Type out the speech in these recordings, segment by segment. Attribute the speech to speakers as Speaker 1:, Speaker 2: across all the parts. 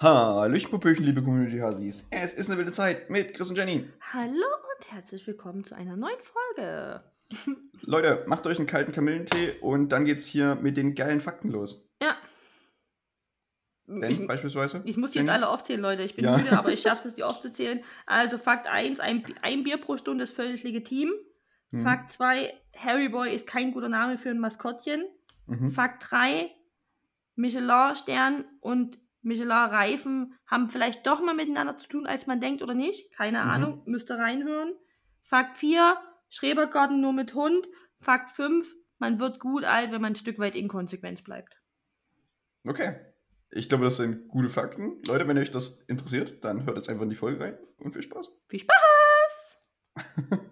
Speaker 1: Hallöchen, Popöchen, liebe Community-Hasis. Es ist eine wilde Zeit mit Chris und Jenny.
Speaker 2: Hallo und herzlich willkommen zu einer neuen Folge.
Speaker 1: Leute, macht euch einen kalten Kamillentee und dann geht's hier mit den geilen Fakten los.
Speaker 2: Ja.
Speaker 1: Denn
Speaker 2: Ich,
Speaker 1: beispielsweise.
Speaker 2: ich muss die jetzt
Speaker 1: Jenny?
Speaker 2: alle aufzählen, Leute. Ich bin
Speaker 1: Ja.
Speaker 2: müde, aber ich schaffe das, die aufzuzählen. Also Fakt 1, ein, Bi- ein Bier pro Stunde ist völlig legitim.
Speaker 1: Mhm.
Speaker 2: Fakt 2, Harry Boy ist kein guter Name für ein Maskottchen.
Speaker 1: Mhm.
Speaker 2: Fakt 3, Michelin-Stern und Michelin-Reifen haben vielleicht doch mal miteinander zu tun, als man denkt oder nicht. Keine
Speaker 1: Mhm.
Speaker 2: Ahnung, müsst ihr reinhören. Fakt 4, Schrebergarten nur mit Hund. Fakt 5, man wird gut alt, wenn man ein Stück weit inkonsequent bleibt.
Speaker 1: Okay. Ich glaube, das sind gute Fakten. Leute, wenn euch das interessiert, dann hört jetzt einfach in die Folge rein und viel Spaß.
Speaker 2: Viel Spaß!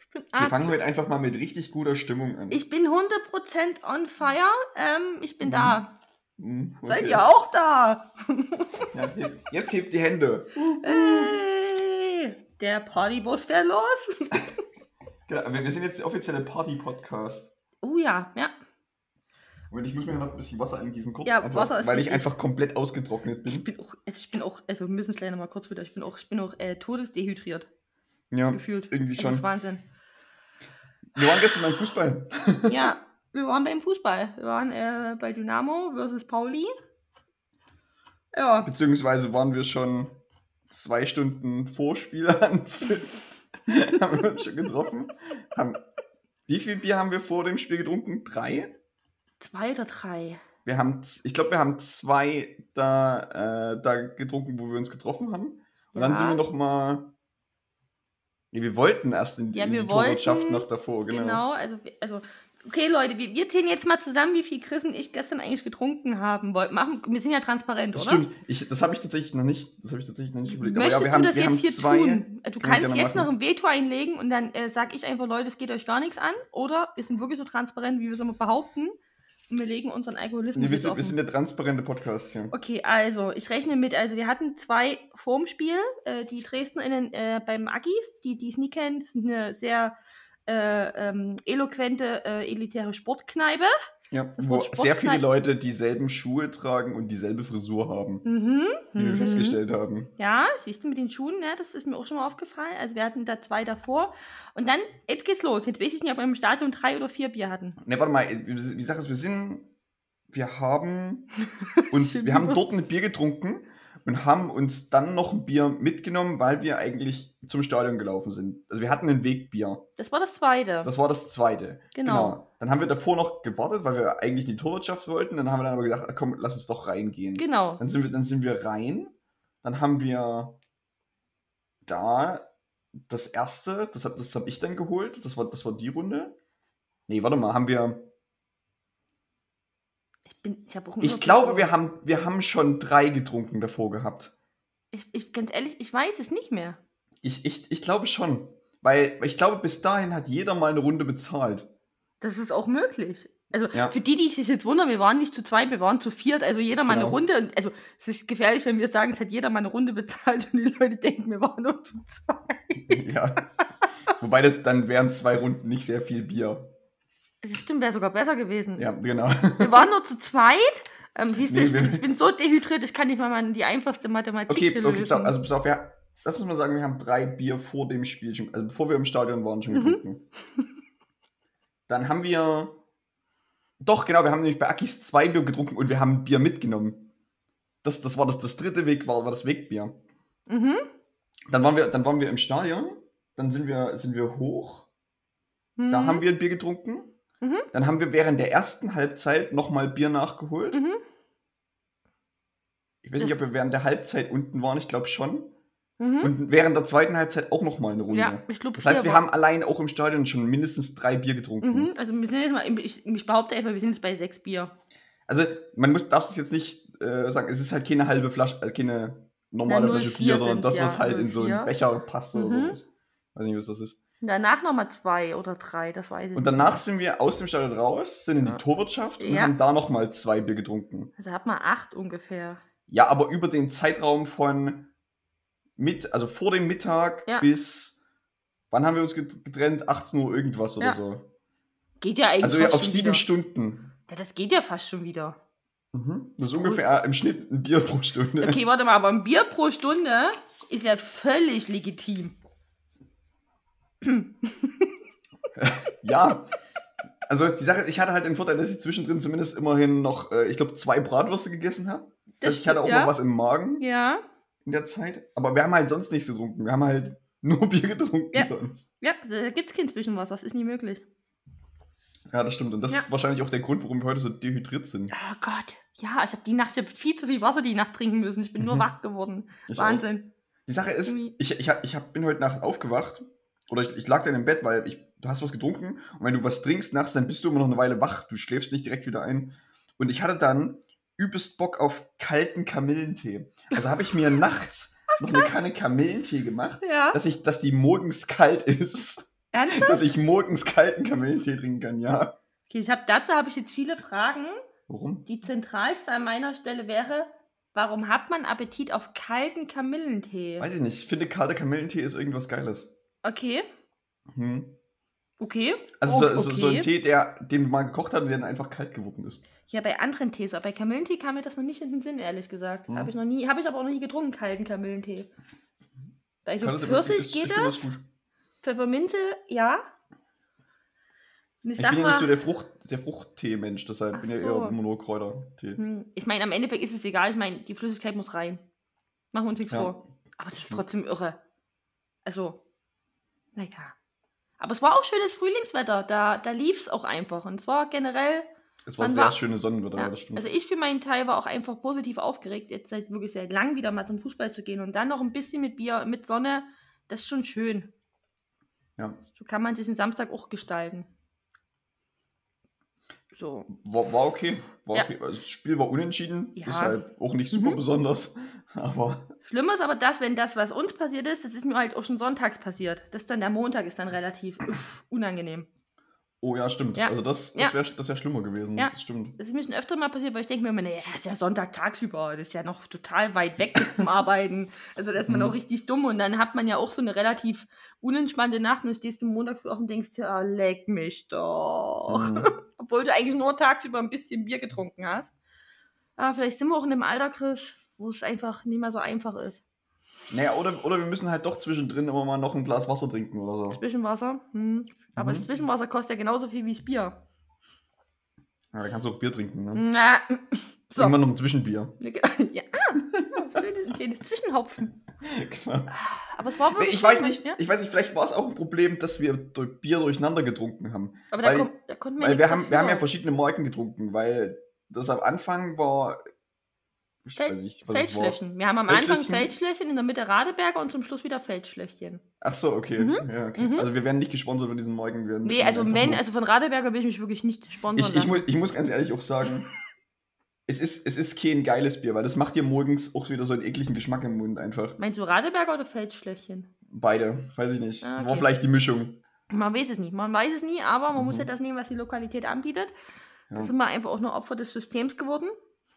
Speaker 2: Ich
Speaker 1: Wir
Speaker 2: bin
Speaker 1: fangen
Speaker 2: absolut-
Speaker 1: heute einfach mal mit richtig guter Stimmung an.
Speaker 2: ich bin 100% on fire. Ähm, ich bin da.
Speaker 1: Mhm,
Speaker 2: Seid
Speaker 1: okay.
Speaker 2: ihr auch da?
Speaker 1: Ja, he- jetzt hebt die Hände.
Speaker 2: Hey, der Partybus fährt los.
Speaker 1: Genau, wir wir sind jetzt der offizielle Party-Podcast.
Speaker 2: Oh ja, ja.
Speaker 1: Und ich muss mir noch ein bisschen Wasser eingießen, kurz,
Speaker 2: Ja,
Speaker 1: einfach,
Speaker 2: Wasser ist
Speaker 1: weil ich
Speaker 2: wichtig.
Speaker 1: einfach komplett ausgetrocknet
Speaker 2: Ich
Speaker 1: bin.
Speaker 2: bin auch, also ich bin auch, also wir müssen es gleich nochmal kurz wieder, ich bin auch, ich bin auch äh, todesdehydriert,
Speaker 1: Ja,
Speaker 2: gefühlt. Also
Speaker 1: irgendwie
Speaker 2: Das
Speaker 1: schon.
Speaker 2: ist Wahnsinn.
Speaker 1: Wir waren gestern beim Fußball.
Speaker 2: ja, wir waren beim Fußball. Wir waren äh, bei Dynamo versus Pauli. Ja,
Speaker 1: Beziehungsweise waren wir schon zwei Stunden vor Spielanpfiff. haben wir uns schon getroffen. Haben, wie viel Bier haben wir vor dem Spiel getrunken? Drei?
Speaker 2: zwei oder drei.
Speaker 1: Wir haben, z- ich glaube, wir haben zwei da, äh, da getrunken, wo wir uns getroffen haben. Und dann
Speaker 2: Ja.
Speaker 1: sind wir noch mal. Nee, wir wollten erst in die,
Speaker 2: Ja,
Speaker 1: in
Speaker 2: wir
Speaker 1: die Torwirtschaft
Speaker 2: wollten-
Speaker 1: noch davor,
Speaker 2: Genau,
Speaker 1: genau.
Speaker 2: also, also okay Leute, wir, wir zählen jetzt mal zusammen, wie viel Chris und ich gestern eigentlich getrunken haben wollten. Machen, wir sind ja transparent,
Speaker 1: Das
Speaker 2: oder?
Speaker 1: stimmt. Ich, das habe ich tatsächlich noch nicht. Das habe ich tatsächlich noch nicht überlegt.
Speaker 2: Möchtest
Speaker 1: wir
Speaker 2: du das jetzt hier tun? Du
Speaker 1: Können wir
Speaker 2: kannst
Speaker 1: gerne
Speaker 2: jetzt
Speaker 1: machen.
Speaker 2: noch ein Veto einlegen und dann äh, sage ich einfach, Leute, es geht euch gar nichts an. Oder wir sind wirklich so transparent, wie wir es immer behaupten. Und wir legen unseren Alkoholismus
Speaker 1: Nee, wir,
Speaker 2: jetzt
Speaker 1: sind,
Speaker 2: offen.
Speaker 1: wir sind der transparente Podcast hier.
Speaker 2: okay, also ich rechne mit, also wir hatten zwei vorm Spiel, äh, die DresdnerInnen äh, beim Aggis, die die es nie kennen, das ist eine sehr äh, ähm, eloquente, äh, elitäre Sportkneipe.
Speaker 1: Ja,
Speaker 2: Das
Speaker 1: wo
Speaker 2: Wort
Speaker 1: sehr viele
Speaker 2: Sportkleid-
Speaker 1: Leute dieselben Schuhe tragen und dieselbe Frisur haben,
Speaker 2: Mhm.
Speaker 1: wie wir
Speaker 2: mhm.
Speaker 1: festgestellt haben.
Speaker 2: Ja, siehst du mit den Schuhen, ne? das ist mir auch schon mal aufgefallen. Also wir hatten da zwei davor. Und dann, jetzt geht's los. Jetzt weiß ich nicht, ob wir im Stadion drei oder vier Bier hatten.
Speaker 1: Ne, warte mal, wie die Sache ist, wir sind, wir haben uns, wir haben dort ein Bier getrunken und haben uns dann noch ein Bier mitgenommen, weil wir eigentlich zum Stadion gelaufen sind. Also wir hatten ein Wegbier.
Speaker 2: Das war das zweite.
Speaker 1: Das war das zweite.
Speaker 2: genau.
Speaker 1: Dann haben wir davor noch gewartet, weil wir eigentlich in die Torwirtschaft wollten. Dann haben wir dann aber gedacht, ah, komm, lass uns doch reingehen.
Speaker 2: Genau.
Speaker 1: Dann sind wir, dann sind wir rein. Dann haben wir da das erste, das habe das hab ich dann geholt. Das war, das war die Runde. Nee, warte mal, haben wir.
Speaker 2: Ich, bin, ich, hab auch einen
Speaker 1: Ich
Speaker 2: Überblick
Speaker 1: glaube,
Speaker 2: verloren.
Speaker 1: wir haben, wir haben schon drei getrunken davor gehabt.
Speaker 2: Ich, ich, ganz ehrlich, ich weiß es nicht mehr.
Speaker 1: Ich, ich, ich glaube schon. Weil weil ich glaube, bis dahin hat jeder mal eine Runde bezahlt.
Speaker 2: Das ist auch möglich. Also
Speaker 1: Ja.
Speaker 2: für die, die sich jetzt wundern, wir waren nicht zu zweit, wir waren zu viert, also jeder mal eine
Speaker 1: Genau.
Speaker 2: Runde. Und, also es ist gefährlich, wenn wir sagen, es hat jeder mal eine Runde bezahlt und die Leute denken, wir waren nur zu zweit.
Speaker 1: ja. Wobei das dann wären zwei Runden nicht sehr viel Bier.
Speaker 2: Das Also, stimmt, wäre sogar besser gewesen.
Speaker 1: Ja, genau.
Speaker 2: Wir waren nur zu zweit. Ähm, siehst du,
Speaker 1: Nee,
Speaker 2: ich,
Speaker 1: wir-
Speaker 2: bin, ich bin so dehydriert, ich kann nicht mal meine, die einfachste Mathematik
Speaker 1: Okay,
Speaker 2: hier
Speaker 1: okay, pass
Speaker 2: lösen.
Speaker 1: auf, also pass auf, ja, lass uns mal sagen, wir haben drei Bier vor dem Spiel schon, also bevor wir im Stadion waren, schon
Speaker 2: Mhm.
Speaker 1: getrunken. Dann haben wir, doch genau, wir haben nämlich bei Akis zwei Bier getrunken und wir haben Bier mitgenommen. Das, das war das, das dritte Weg, war, war das Wegbier.
Speaker 2: mhm.
Speaker 1: Dann waren wir, dann waren wir im Stadion, dann sind wir, sind wir hoch, da
Speaker 2: Mhm.
Speaker 1: haben wir ein Bier getrunken.
Speaker 2: Mhm.
Speaker 1: Dann haben wir während der ersten Halbzeit nochmal Bier nachgeholt.
Speaker 2: Mhm.
Speaker 1: Ich weiß nicht, ob wir während der Halbzeit unten waren, ich glaube schon.
Speaker 2: Mhm.
Speaker 1: Und während der zweiten Halbzeit auch nochmal eine Runde.
Speaker 2: Ja, ich glaube,
Speaker 1: Das heißt, wir haben allein auch im Stadion schon mindestens drei Bier getrunken.
Speaker 2: Mhm. Also wir sind jetzt mal, ich, ich behaupte einfach, wir sind jetzt bei sechs Bier.
Speaker 1: Also man muss, darf es jetzt nicht äh, sagen, es ist halt keine halbe Flasche, also keine normale
Speaker 2: Na,
Speaker 1: Flasche
Speaker 2: 04
Speaker 1: Bier, sondern
Speaker 2: sind's,
Speaker 1: das, was
Speaker 2: ja,
Speaker 1: halt in so einen
Speaker 2: 04.
Speaker 1: Becher passt oder
Speaker 2: Mhm.
Speaker 1: so ist. Weiß nicht, was das ist.
Speaker 2: Danach nochmal zwei oder drei, das weiß ich
Speaker 1: Und danach sind wir aus dem Stadion raus, sind in die Torwirtschaft und
Speaker 2: Ja.
Speaker 1: haben da nochmal zwei Bier getrunken.
Speaker 2: nicht. Also hat man acht ungefähr.
Speaker 1: Ja, aber über den Zeitraum von mit, also vor dem Mittag
Speaker 2: Ja.
Speaker 1: bis wann haben wir uns get- getrennt? 18 Uhr irgendwas oder
Speaker 2: Ja.
Speaker 1: so.
Speaker 2: Geht ja eigentlich
Speaker 1: Also
Speaker 2: fast
Speaker 1: auf
Speaker 2: schon
Speaker 1: sieben
Speaker 2: wieder.
Speaker 1: Stunden.
Speaker 2: Ja, das geht ja fast schon wieder.
Speaker 1: Mhm. Das ist ungefähr im Schnitt ein Bier pro Stunde.
Speaker 2: Okay, warte mal, aber ein Bier pro Stunde ist ja völlig legitim.
Speaker 1: Ja. Also die Sache ist, ich hatte halt den Vorteil, dass ich zwischendrin zumindest immerhin noch, äh, ich glaube, zwei Bratwürste gegessen habe. Das heißt, Also ich hatte auch
Speaker 2: ja.
Speaker 1: noch was im Magen
Speaker 2: Ja,
Speaker 1: in der Zeit. Aber wir haben halt sonst nichts getrunken. Wir haben halt nur Bier getrunken
Speaker 2: Ja.
Speaker 1: sonst.
Speaker 2: ja, da gibt's kein Zwischenwasser, das ist nicht möglich.
Speaker 1: Ja, das stimmt. Und das
Speaker 2: Ja.
Speaker 1: ist wahrscheinlich auch der Grund, warum wir heute so dehydriert sind.
Speaker 2: Oh Gott, ja, ich habe die Nacht ich hab viel zu viel Wasser die Nacht trinken müssen. Ich bin nur
Speaker 1: Mhm.
Speaker 2: wach geworden.
Speaker 1: Ich auch.
Speaker 2: Wahnsinn.
Speaker 1: Die Sache ist,
Speaker 2: Irgendwie.
Speaker 1: ich, ich, ich hab, bin heute Nacht aufgewacht oder ich, ich lag dann im Bett, weil ich, du hast was getrunken und wenn du was trinkst nachts, dann bist du immer noch eine Weile wach. Du schläfst nicht direkt wieder ein. Und ich hatte dann übelst Bock auf kalten Kamillentee. Also habe ich mir nachts noch eine Kanne Kamillentee gemacht,
Speaker 2: Ja,
Speaker 1: dass, ich, dass die morgens kalt ist.
Speaker 2: ernsthaft?
Speaker 1: Dass ich morgens kalten Kamillentee trinken kann, ja.
Speaker 2: Okay, ich hab, dazu habe ich jetzt viele Fragen.
Speaker 1: Warum?
Speaker 2: Die zentralste an meiner Stelle wäre, warum hat man Appetit auf kalten Kamillentee?
Speaker 1: Weiß ich nicht. Ich finde, kalter Kamillentee ist irgendwas Geiles.
Speaker 2: Okay,
Speaker 1: Hm.
Speaker 2: okay.
Speaker 1: Also
Speaker 2: Oh,
Speaker 1: so, so, so ein Tee, der, den du mal gekocht hast und der dann einfach kalt geworden ist.
Speaker 2: Ja, bei anderen Tees, aber bei Kamillentee kam mir das noch nicht in den Sinn, ehrlich gesagt.
Speaker 1: Mhm.
Speaker 2: Habe ich noch nie, habe ich aber auch noch nie getrunken, kalten Kamillentee. Bei so
Speaker 1: Kann das-
Speaker 2: Pfirsich
Speaker 1: ich- ich
Speaker 2: geht
Speaker 1: finde
Speaker 2: das,
Speaker 1: das gut.
Speaker 2: Pfefferminze, ja. Und ich
Speaker 1: Ich
Speaker 2: sag
Speaker 1: bin ja
Speaker 2: mal,
Speaker 1: nicht so der, Frucht, der Fruchttee-Mensch, deshalb
Speaker 2: Ach
Speaker 1: bin ja
Speaker 2: so.
Speaker 1: eher immer nur Kräutertee.
Speaker 2: hm, ich meine, am Endeffekt ist es egal, ich meine, die Flüssigkeit muss rein. Machen wir uns nichts
Speaker 1: Ja.
Speaker 2: vor. Aber das ist
Speaker 1: Stimmt.
Speaker 2: trotzdem irre. Also, naja. Aber es war auch schönes Frühlingswetter, da, da lief es auch einfach. Und zwar generell
Speaker 1: Es war
Speaker 2: Man
Speaker 1: sehr
Speaker 2: war-
Speaker 1: schöne Sonnenwetter, ja.
Speaker 2: Ja,
Speaker 1: das stimmt.
Speaker 2: also ich für meinen Teil war auch einfach positiv aufgeregt, jetzt seit wirklich seit lang wieder mal zum Fußball zu gehen und dann noch ein bisschen mit Bier, mit Sonne, das ist schon schön.
Speaker 1: Ja.
Speaker 2: So kann man sich den Samstag auch gestalten. So.
Speaker 1: war, war okay. War
Speaker 2: Ja.
Speaker 1: okay. Also das Spiel war unentschieden,
Speaker 2: Ja.
Speaker 1: deshalb auch nicht super
Speaker 2: Mhm.
Speaker 1: besonders. Aber
Speaker 2: Schlimmer ist aber das, wenn das, was uns passiert ist, das ist mir halt auch schon sonntags passiert. Das ist dann der Montag, ist dann relativ uff, unangenehm.
Speaker 1: oh ja, stimmt.
Speaker 2: Ja.
Speaker 1: Also das, das
Speaker 2: Ja.
Speaker 1: wäre das wär schlimmer gewesen.
Speaker 2: Ja.
Speaker 1: Das stimmt.
Speaker 2: Das ist mir schon öfter mal passiert, weil ich denke mir immer, naja, ist ja Sonntag tagsüber, das ist ja noch total weit weg bis zum Arbeiten. Also da ist man
Speaker 1: Mhm.
Speaker 2: auch richtig dumm und dann hat man ja auch so eine relativ unentspannte Nacht und dann stehst du Montag früh auf und denkst, ja, leck mich doch.
Speaker 1: Mhm.
Speaker 2: Obwohl du eigentlich nur tagsüber ein bisschen Bier getrunken hast. Aber vielleicht sind wir auch in dem Alter, Chris, wo es einfach nicht mehr so einfach ist.
Speaker 1: Naja, oder, oder wir müssen halt doch zwischendrin immer mal noch ein Glas Wasser trinken oder so.
Speaker 2: Zwischenwasser, hm. aber
Speaker 1: Mhm.
Speaker 2: das Zwischenwasser kostet ja genauso viel wie das Bier.
Speaker 1: Ja, da kannst du auch Bier trinken. Ne?
Speaker 2: Na,
Speaker 1: So.
Speaker 2: Mhm. so.
Speaker 1: Immer noch ein Zwischenbier.
Speaker 2: Ja, ah, schönes kleines Zwischenhopfen.
Speaker 1: genau.
Speaker 2: Aber es war
Speaker 1: Nee,
Speaker 2: wirklich.
Speaker 1: ich weiß
Speaker 2: schön,
Speaker 1: nicht,
Speaker 2: Ja?
Speaker 1: ich weiß nicht, vielleicht war es auch ein Problem, dass wir durch Bier durcheinander getrunken haben.
Speaker 2: Aber da,
Speaker 1: weil-
Speaker 2: kommt, da konnten wir
Speaker 1: Weil
Speaker 2: nichts
Speaker 1: wir haben, wir
Speaker 2: dafür.
Speaker 1: haben ja verschiedene Marken getrunken, weil das am Anfang war. Ich
Speaker 2: Fel-
Speaker 1: weiß nicht, was es war.
Speaker 2: Feldschlöchen. Wir haben am Anfang
Speaker 1: Feldschlöchen.
Speaker 2: Feldschlöchen, in der Mitte Radeberger und zum Schluss wieder Feldschlöchen.
Speaker 1: Ach so, okay.
Speaker 2: Mhm.
Speaker 1: Ja, okay.
Speaker 2: Mhm.
Speaker 1: Also wir werden nicht gesponsert von diesen Marken. Wir
Speaker 2: Nee, also
Speaker 1: einfach
Speaker 2: wenn,
Speaker 1: nur-
Speaker 2: also von Radeberger will ich mich wirklich nicht sponsern. ne?
Speaker 1: ich, ich, mu ich muss ganz ehrlich auch sagen, es ist, es ist kein geiles Bier, weil das macht dir morgens auch wieder so einen ekligen Geschmack im Mund einfach.
Speaker 2: Meinst du Radeberger oder Feldschlöchen?
Speaker 1: Beide, weiß ich nicht.
Speaker 2: Ah, okay.
Speaker 1: War vielleicht die Mischung.
Speaker 2: Man weiß es nicht. Man weiß es nie, aber man muss
Speaker 1: Mhm.
Speaker 2: ja das nehmen, was die Lokalität anbietet.
Speaker 1: Ja.
Speaker 2: Das sind wir einfach auch nur Opfer des Systems geworden.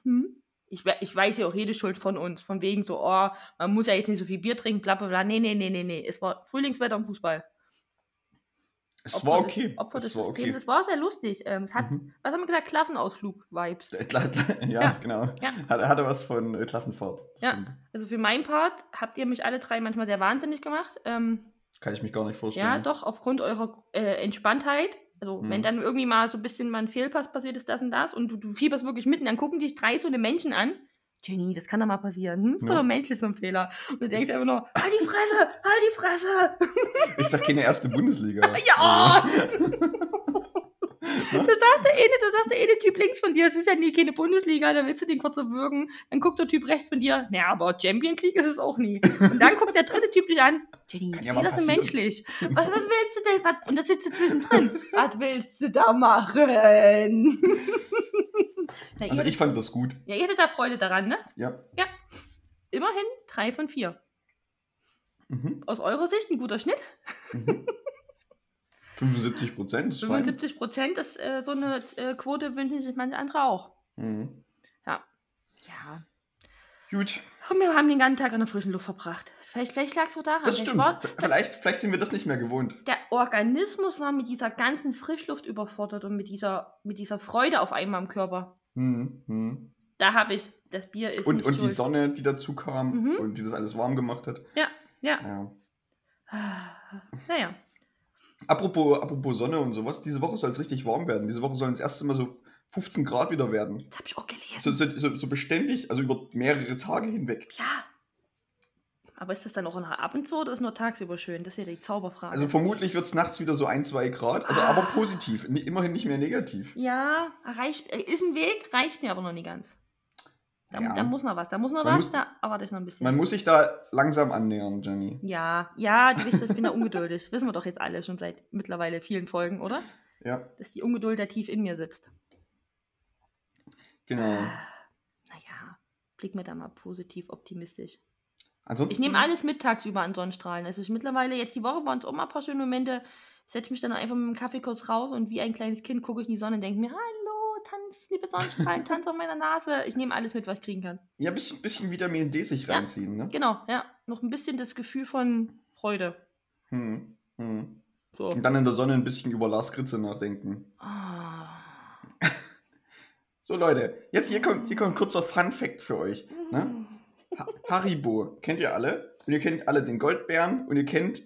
Speaker 2: Hm. Ich, we- ich weiß ja auch jede Schuld von uns. Von wegen so, oh, man muss ja jetzt nicht so viel Bier trinken, bla bla bla. Nee, nee, nee, nee, nee. Es war Frühlingswetter und Fußball.
Speaker 1: Es war
Speaker 2: des-
Speaker 1: okay.
Speaker 2: Opfer des
Speaker 1: Es war
Speaker 2: Systems.
Speaker 1: okay.
Speaker 2: Es war sehr lustig. Ähm, es hat,
Speaker 1: Mhm.
Speaker 2: was haben wir gesagt? Klassenausflug-Vibes.
Speaker 1: Ja,
Speaker 2: Ja.
Speaker 1: genau.
Speaker 2: Ja.
Speaker 1: Hat- Hatte was von äh, Klassenfahrt. Das
Speaker 2: Ja.
Speaker 1: stimmt.
Speaker 2: Also für meinen Part habt ihr mich alle drei manchmal sehr wahnsinnig gemacht. Ähm,
Speaker 1: Kann ich mich gar nicht vorstellen.
Speaker 2: ja, doch, aufgrund eurer äh, Entspanntheit. Also
Speaker 1: Mhm.
Speaker 2: wenn dann irgendwie mal so ein bisschen mal ein Fehlpass passiert ist, das und das, und du, du fieberst wirklich mitten, dann gucken dich drei so eine Menschen an. Jenny, das kann doch mal passieren. Hm? Ist
Speaker 1: Ja.
Speaker 2: doch doch menschlich so ein Fehler. Und du denkst einfach nur, halt die Fresse, halt die Fresse.
Speaker 1: Ist doch keine erste Bundesliga.
Speaker 2: Ja!
Speaker 1: Also,
Speaker 2: Da sagt der eine, da sagt der eine Typ links von dir, es ist ja nie keine Bundesliga, da willst du den kurz erwürgen. Dann guckt der Typ rechts von dir, naja, aber Champion League ist es auch nie. Und dann guckt der dritte Typ dich an, Jenny,
Speaker 1: Kann ja mal
Speaker 2: Fehler sind
Speaker 1: passieren.
Speaker 2: menschlich. Was, was willst du denn? Was, und da sitzt du zwischendrin. Was willst du da machen? Na, ihr,
Speaker 1: also
Speaker 2: hattet-
Speaker 1: ich fand das gut.
Speaker 2: ja, ihr hättet da Freude daran, ne?
Speaker 1: Ja.
Speaker 2: Immerhin drei von vier.
Speaker 1: Mhm.
Speaker 2: Aus eurer Sicht ein guter Schnitt.
Speaker 1: Mhm. 75 Prozent ist fein.
Speaker 2: 75 Prozent ist äh, so eine äh, Quote, wünschen sich manche andere auch.
Speaker 1: Mhm.
Speaker 2: Ja.
Speaker 1: Gut,
Speaker 2: Und wir haben den ganzen Tag an der frischen Luft verbracht. Vielleicht, vielleicht lag es so daran.
Speaker 1: das
Speaker 2: Vielleicht
Speaker 1: stimmt.
Speaker 2: war-
Speaker 1: Vielleicht, vielleicht sind wir das nicht mehr gewohnt.
Speaker 2: der Organismus war mit dieser ganzen Frischluft überfordert und mit dieser, mit dieser Freude auf einmal im Körper.
Speaker 1: Mhm. Mhm.
Speaker 2: Da habe ich, das Bier ist.
Speaker 1: Und,
Speaker 2: nicht
Speaker 1: und die
Speaker 2: schuld.
Speaker 1: Sonne, die dazu kam
Speaker 2: Mhm.
Speaker 1: und die das alles warm gemacht hat.
Speaker 2: Ja.
Speaker 1: Ja.
Speaker 2: Ah, Naja.
Speaker 1: Apropos, apropos Sonne und sowas, diese Woche soll es richtig warm werden. Diese Woche sollen es erst mal so 15 Grad wieder werden.
Speaker 2: Das habe ich auch gelesen.
Speaker 1: So, so, so, so beständig, also über mehrere Tage hinweg.
Speaker 2: Ja. Aber ist das dann auch in der Abend so oder ist nur tagsüber schön? Das ist ja die Zauberfrage.
Speaker 1: Also vermutlich wird es nachts wieder so ein, zwei Grad. Also aber
Speaker 2: Ah.
Speaker 1: positiv, ni- immerhin nicht mehr negativ.
Speaker 2: ja, reicht, äh, ist ein Weg, reicht mir aber noch nicht ganz. Da,
Speaker 1: Ja.
Speaker 2: da muss noch was, da muss noch
Speaker 1: Man
Speaker 2: was,
Speaker 1: muss-
Speaker 2: da erwarte ich noch ein bisschen.
Speaker 1: Man muss sich da langsam annähern, Jenny.
Speaker 2: ja, ja, du weißt, ich bin da ungeduldig. Wissen wir doch jetzt alle schon seit mittlerweile vielen Folgen, oder?
Speaker 1: Ja,
Speaker 2: Dass die Ungeduld da tief in mir sitzt.
Speaker 1: genau.
Speaker 2: Naja, blick mir da mal positiv optimistisch.
Speaker 1: Ansonsten,
Speaker 2: Ich nehme alles mit tagsüber an Sonnenstrahlen. Also ich mittlerweile, jetzt die Woche waren es auch mal ein paar schöne Momente. Ich setze mich dann einfach mit dem Kaffee kurz raus und wie ein kleines Kind gucke ich in die Sonne und denke mir, hallo, tanz, liebe Sonnenstrahlen, tanz auf meiner Nase. Ich nehme alles mit, was ich kriegen kann.
Speaker 1: Ja, ein bisschen, bisschen Vitamin D sich
Speaker 2: Ja.
Speaker 1: reinziehen, ne?
Speaker 2: Genau, ja. Noch ein bisschen das Gefühl von Freude.
Speaker 1: Hm, hm.
Speaker 2: So.
Speaker 1: Und dann in der Sonne ein bisschen über Lars Kritze nachdenken.
Speaker 2: Ah.
Speaker 1: So, Leute, jetzt hier kommt, hier kommt ein kurzer Fun-Fact für euch. Ne?
Speaker 2: Mhm.
Speaker 1: Ha Haribo, kennt ihr alle? Und ihr kennt alle den Goldbären und ihr kennt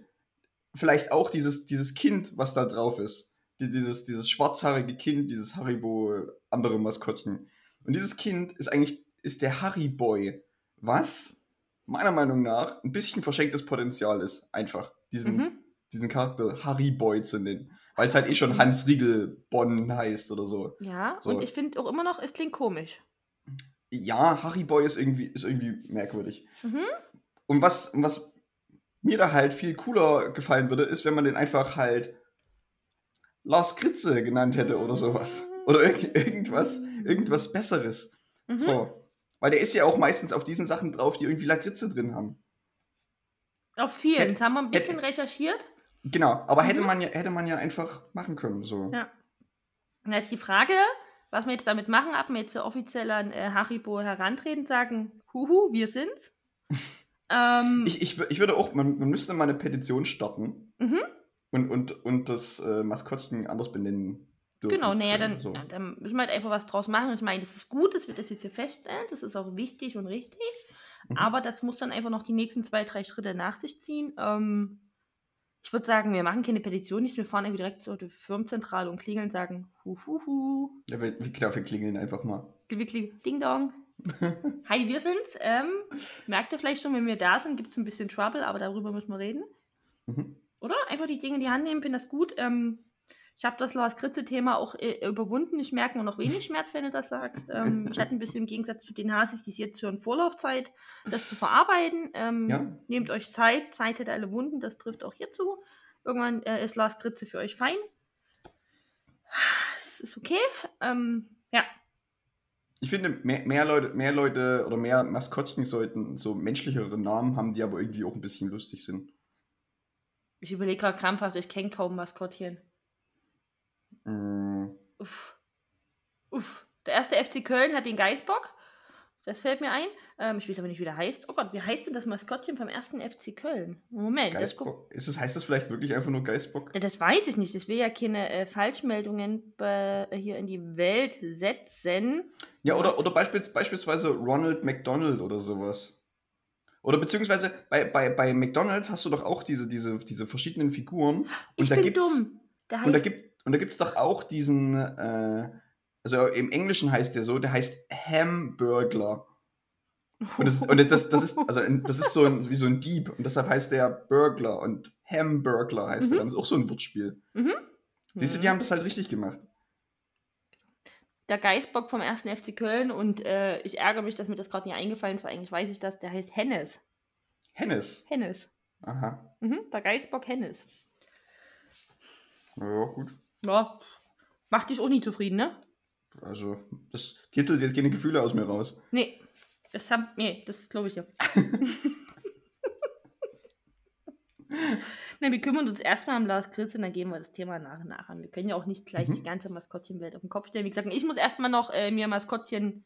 Speaker 1: vielleicht auch dieses, dieses Kind, was da drauf ist. Die, dieses, dieses schwarzhaarige Kind, dieses Haribo, äh, andere Maskottchen. Und dieses Kind ist eigentlich, ist der Hariboy. Was meiner Meinung nach ein bisschen verschenktes Potenzial ist. Einfach. Diesen,
Speaker 2: Mhm.
Speaker 1: diesen Charakter Hariboy zu nennen. Weil es halt eh schon Hans Riegel Bonn heißt oder so.
Speaker 2: Ja,
Speaker 1: So.
Speaker 2: und ich finde auch immer noch, es klingt komisch.
Speaker 1: Ja, Hariboy ist irgendwie, ist irgendwie merkwürdig.
Speaker 2: Mhm.
Speaker 1: Und was, und was mir da halt viel cooler gefallen würde, ist, wenn man den einfach halt Lars Kritze genannt hätte oder sowas. Oder irg irgendwas, irgendwas Besseres.
Speaker 2: Mhm.
Speaker 1: So. Weil der ist ja auch meistens auf diesen Sachen drauf, die irgendwie Lakritze drin haben.
Speaker 2: Auf vielen.
Speaker 1: Hätt-
Speaker 2: Das haben wir ein bisschen
Speaker 1: hätt-
Speaker 2: recherchiert.
Speaker 1: Genau, aber hätte
Speaker 2: Mhm.
Speaker 1: man ja, hätte man ja einfach machen können. So.
Speaker 2: Ja. Und jetzt die Frage, was wir jetzt damit machen, ab wir jetzt hier offiziell an äh, Haribo herantreten, sagen, huhu, wir sind's. ähm,
Speaker 1: Ich, ich, wür- ich würde auch, man, man müsste mal eine Petition starten
Speaker 2: Mhm.
Speaker 1: und, und, und das äh, Maskottchen anders benennen. Dürfen.
Speaker 2: genau, naja,
Speaker 1: können,
Speaker 2: dann,
Speaker 1: So.
Speaker 2: na, dann müssen wir halt einfach was draus machen. Ich meine, das ist gut, dass wir das jetzt hier feststellen, das ist auch wichtig und richtig,
Speaker 1: Mhm.
Speaker 2: aber das muss dann einfach noch die nächsten zwei, drei Schritte nach sich ziehen. Ähm, ich würde sagen, wir machen keine Petition nicht, wir fahren irgendwie direkt zur Firmenzentrale und klingeln und sagen, huhuhu.
Speaker 1: Ja, wir, wir- genau, wir klingeln einfach mal.
Speaker 2: Gewickli, Ding Dong. Hi, wir sind's. Ähm, merkt ihr vielleicht schon, wenn wir da sind, gibt's ein bisschen Trouble, aber darüber müssen wir reden.
Speaker 1: Mhm.
Speaker 2: Oder? Einfach die Dinge in die Hand nehmen, finde das gut. Ähm, ich habe das Lars Kritze-Thema auch äh, überwunden. Ich merke nur noch wenig Schmerz, wenn du das sagst. Ähm, ich hatte ein bisschen im Gegensatz zu den Hasis, die es jetzt hören, Vorlaufzeit, das zu verarbeiten. Ähm,
Speaker 1: Ja.
Speaker 2: Nehmt euch Zeit. Zeit hat alle Wunden. Das trifft auch hier zu. Irgendwann äh, ist Lars Kritze für euch fein. Es ist okay. Ähm, ja,
Speaker 1: Ich finde, mehr, mehr, Leute, mehr Leute oder mehr Maskottchen sollten so menschlichere Namen haben, die aber irgendwie auch ein bisschen lustig sind.
Speaker 2: Ich überlege gerade krampfhaft, ich kenne kaum Maskottchen.
Speaker 1: Mm,
Speaker 2: Uff. Uff. Der erste FC Köln hat den Geißbock. Das fällt mir ein. Ähm, ich weiß aber nicht, wie der heißt. Oh Gott, wie heißt denn das Maskottchen vom ersten FC Köln? Moment, das, guck-
Speaker 1: Geistbock. Ist es, heißt das vielleicht wirklich einfach nur Geistbock?
Speaker 2: Ja, das weiß ich nicht. Das will ja keine äh, Falschmeldungen äh, hier in die Welt setzen.
Speaker 1: Ja, oder,
Speaker 2: Was?
Speaker 1: oder beispiels, beispielsweise Ronald McDonald oder sowas. Oder beziehungsweise bei, bei, bei McDonalds hast du doch auch diese, diese, diese verschiedenen Figuren.
Speaker 2: Ich
Speaker 1: da
Speaker 2: bin
Speaker 1: gibt's-
Speaker 2: dumm. Der heißt,
Speaker 1: Und da gibt und da gibt's doch auch diesen, äh, also im Englischen heißt der so, der heißt Hamburglar. Und das, und das, das, das ist, also ein- das ist so ein, wie so ein Dieb und deshalb heißt der Burglar und Hamburglar heißt
Speaker 2: Mhm.
Speaker 1: er. Dann ist auch so ein Wortspiel. Siehst du, die haben das halt richtig gemacht.
Speaker 2: Hm. der Geißbock vom ersten FC Köln und äh, ich ärgere mich, dass mir das gerade nicht eingefallen ist, weil eigentlich weiß ich das. Der heißt Hennes.
Speaker 1: Hennes.
Speaker 2: Hennes.
Speaker 1: Aha.
Speaker 2: Mhm, der Geißbock Hennes.
Speaker 1: Ja, gut.
Speaker 2: Ja, macht dich auch nicht zufrieden, ne?
Speaker 1: Also, das kitzelt jetzt keine Gefühle aus mir raus.
Speaker 2: Nee, das haben, nee, das glaube ich ja. Na, wir kümmern uns erstmal um Lars Chris und dann gehen wir das Thema nach und nach an. Wir können ja auch nicht gleich
Speaker 1: Mhm.
Speaker 2: die ganze Maskottchenwelt auf den Kopf stellen. Wie gesagt, ich muss erstmal noch äh, mir Maskottchen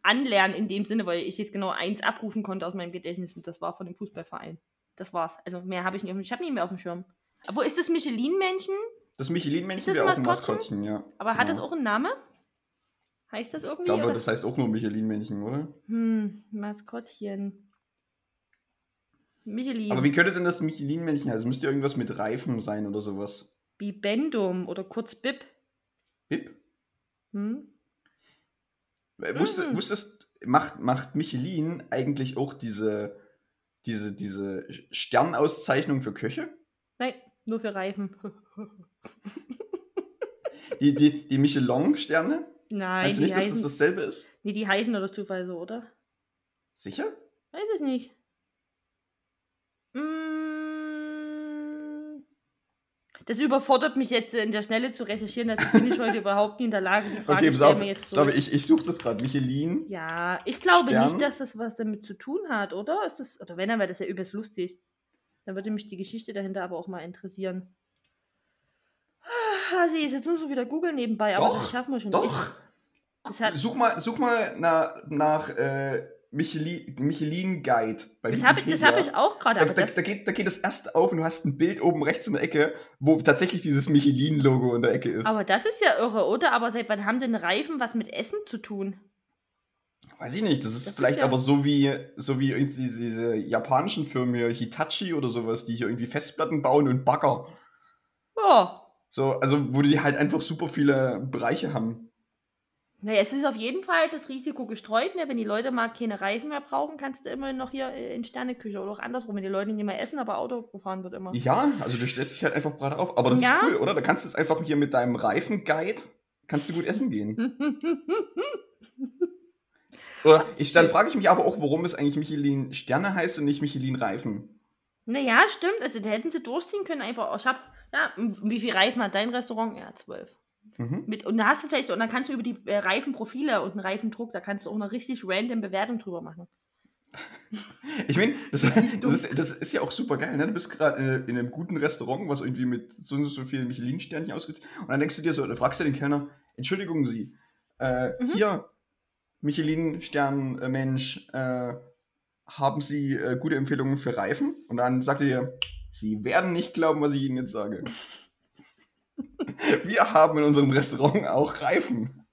Speaker 2: anlernen in dem Sinne, weil ich jetzt genau eins abrufen konnte aus meinem Gedächtnis und das war von dem Fußballverein. Das war's. Also mehr habe ich nicht auf dem Ich habe nicht mehr auf dem Schirm. Obwohl, ist das Michelin-Menschen?
Speaker 1: Das
Speaker 2: Ist
Speaker 1: Michelin-Männchen
Speaker 2: das
Speaker 1: wäre auch ein
Speaker 2: Maskottchen?
Speaker 1: Maskottchen, ja.
Speaker 2: Aber hat das
Speaker 1: Genau.
Speaker 2: auch einen Namen? Heißt das irgendwie?
Speaker 1: Ich glaube,
Speaker 2: oder?
Speaker 1: das heißt auch nur Michelin-Männchen, oder?
Speaker 2: Hm, Maskottchen. Michelin.
Speaker 1: Aber wie könnte denn das Michelin-Männchen heißen? Es müsste ja irgendwas mit Reifen sein oder sowas.
Speaker 2: Bibendum oder kurz Bib.
Speaker 1: Bip?
Speaker 2: Hm?
Speaker 1: Wusste,
Speaker 2: Mhm.
Speaker 1: Wusstest, macht, macht Michelin eigentlich auch diese, diese, diese Sternauszeichnung für Köche?
Speaker 2: Nein, nur für Reifen.
Speaker 1: Die, die, die Michelin-Sterne?
Speaker 2: Nein,
Speaker 1: Meinst du
Speaker 2: die,
Speaker 1: nicht, dass das
Speaker 2: heißen,
Speaker 1: dasselbe ist?
Speaker 2: nee, die heißen doch das Zufall so, oder?
Speaker 1: Sicher?
Speaker 2: Weiß ich nicht. Mm, Das überfordert mich jetzt äh, in der Schnelle zu recherchieren, dazu bin ich heute überhaupt nicht in der Lage. Die Frage
Speaker 1: okay, pass auf.
Speaker 2: stellen wir jetzt
Speaker 1: Sorry,
Speaker 2: zurück.
Speaker 1: ich, ich suche das gerade. Michelin.
Speaker 2: Ja, ich glaube
Speaker 1: Stern?
Speaker 2: nicht, dass das was damit zu tun hat, oder? Ist das, oder wenn, dann wäre das ja übelst lustig. Dann würde mich die Geschichte dahinter aber auch mal interessieren. Ah, sie ist jetzt nur so wieder Google nebenbei, aber
Speaker 1: Doch,
Speaker 2: das schaffen wir schon.
Speaker 1: Doch!
Speaker 2: Ich, das hat,
Speaker 1: Such mal, such mal nach, nach äh, Michelin, Michelin Guide bei
Speaker 2: das habe ich, das hab
Speaker 1: Wikipedia.
Speaker 2: ich auch gerade,
Speaker 1: Da,
Speaker 2: aber
Speaker 1: da,
Speaker 2: das,
Speaker 1: da, geht, da geht das erste auf und du hast ein Bild oben rechts in der Ecke, wo tatsächlich dieses Michelin-Logo in der Ecke ist.
Speaker 2: aber das ist ja irre, oder? Aber seit wann haben denn Reifen was mit Essen zu tun?
Speaker 1: Weiß ich nicht, das ist
Speaker 2: Das ist
Speaker 1: vielleicht
Speaker 2: ja-
Speaker 1: aber so wie, so wie irgendwie diese, diese japanischen Firmen hier, Hitachi oder sowas, die hier irgendwie Festplatten bauen und Bagger.
Speaker 2: Ja.
Speaker 1: So, also wo die halt einfach super viele Bereiche haben.
Speaker 2: Naja, es ist auf jeden Fall das Risiko gestreut, ne? wenn die Leute mal keine Reifen mehr brauchen, kannst du immer noch hier äh, in Sterneküche oder auch andersrum, wenn die Leute nicht mehr essen, aber Auto gefahren wird immer.
Speaker 1: Ja, also du stellst dich halt einfach gerade auf. Aber das
Speaker 2: Ja.
Speaker 1: ist cool, oder? Da kannst du jetzt einfach hier mit deinem Reifenguide, kannst du gut essen gehen. Oder ich, dann frage ich mich aber auch, warum es eigentlich Michelin Sterne heißt und nicht Michelin Reifen.
Speaker 2: Naja, stimmt. Also da hätten sie durchziehen können, einfach. Ich hab, ja, m- wie viel Reifen hat dein Restaurant? Ja, zwölf.
Speaker 1: Mhm.
Speaker 2: Mit, und da hast du vielleicht, und dann kannst du über die äh, Reifenprofile und einen Reifendruck, da kannst du auch eine richtig random Bewertung drüber machen.
Speaker 1: Ich meine, das,
Speaker 2: Richtig
Speaker 1: das, ist, das ist ja auch super geil. Ne? Du bist gerade in, in einem guten Restaurant, was irgendwie mit so und so vielen Michelin-Sternchen ausgeht. Und dann denkst du dir so, dann fragst du den Kellner, Entschuldigung Sie, äh,
Speaker 2: Mhm.
Speaker 1: hier, Michelin-Stern-Mensch, äh, haben Sie äh, gute Empfehlungen für Reifen? Und dann sagt er dir, Sie werden nicht glauben, was ich Ihnen jetzt sage. Wir haben in unserem Restaurant auch Reifen.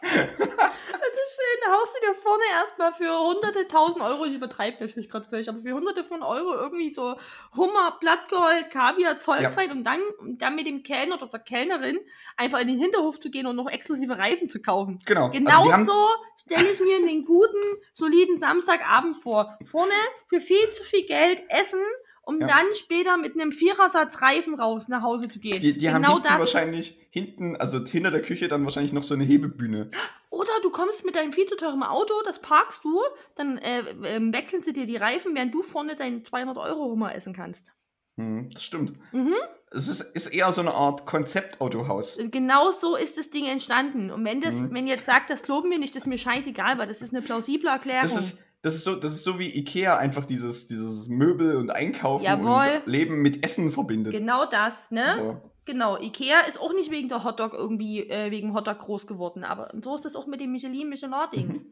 Speaker 2: Das ist schön. Da haust du dir vorne erstmal für hunderte tausend Euro, ich übertreibe natürlich gerade völlig, aber für hunderte von Euro irgendwie so Hummer, Blattgold, Kaviar, Zolls
Speaker 1: Ja.
Speaker 2: rein, um dann, um dann mit dem Kellner oder der Kellnerin einfach in den Hinterhof zu gehen und noch exklusive Reifen zu kaufen.
Speaker 1: Genau. Also
Speaker 2: Genau
Speaker 1: die haben-
Speaker 2: so stelle ich mir einen guten, soliden Samstagabend vor. Vorne für viel zu viel Geld essen, um
Speaker 1: Ja.
Speaker 2: dann später mit einem Vierersatz Reifen raus nach Hause zu gehen.
Speaker 1: Die, die haben
Speaker 2: genau
Speaker 1: hinten
Speaker 2: das.
Speaker 1: wahrscheinlich, hinten, also hinter der Küche dann wahrscheinlich noch so eine Hebebühne.
Speaker 2: Oder du kommst mit deinem viel zu teuren Auto, das parkst du, dann äh, ähm, wechseln sie dir die Reifen, während du vorne deinen 200 Euro Hummer essen kannst.
Speaker 1: Hm, das stimmt.
Speaker 2: Mhm.
Speaker 1: Es ist, ist eher so eine Art Konzeptautohaus.
Speaker 2: Und Genau so ist das Ding entstanden. Und wenn das,
Speaker 1: Mhm.
Speaker 2: wenn jetzt sagt, das loben wir nicht, das ist mir scheißegal, weil das ist eine plausible Erklärung.
Speaker 1: Das ist, das, ist so, das ist so wie Ikea einfach dieses, dieses Möbel und Einkaufen
Speaker 2: Jawohl.
Speaker 1: und Leben mit Essen verbindet.
Speaker 2: genau das, ne?
Speaker 1: So.
Speaker 2: Genau, Ikea ist auch nicht wegen der Hotdog irgendwie, äh, wegen Hotdog groß geworden, aber so ist das auch mit dem Michelin-Michelin-Ding.
Speaker 1: Mhm.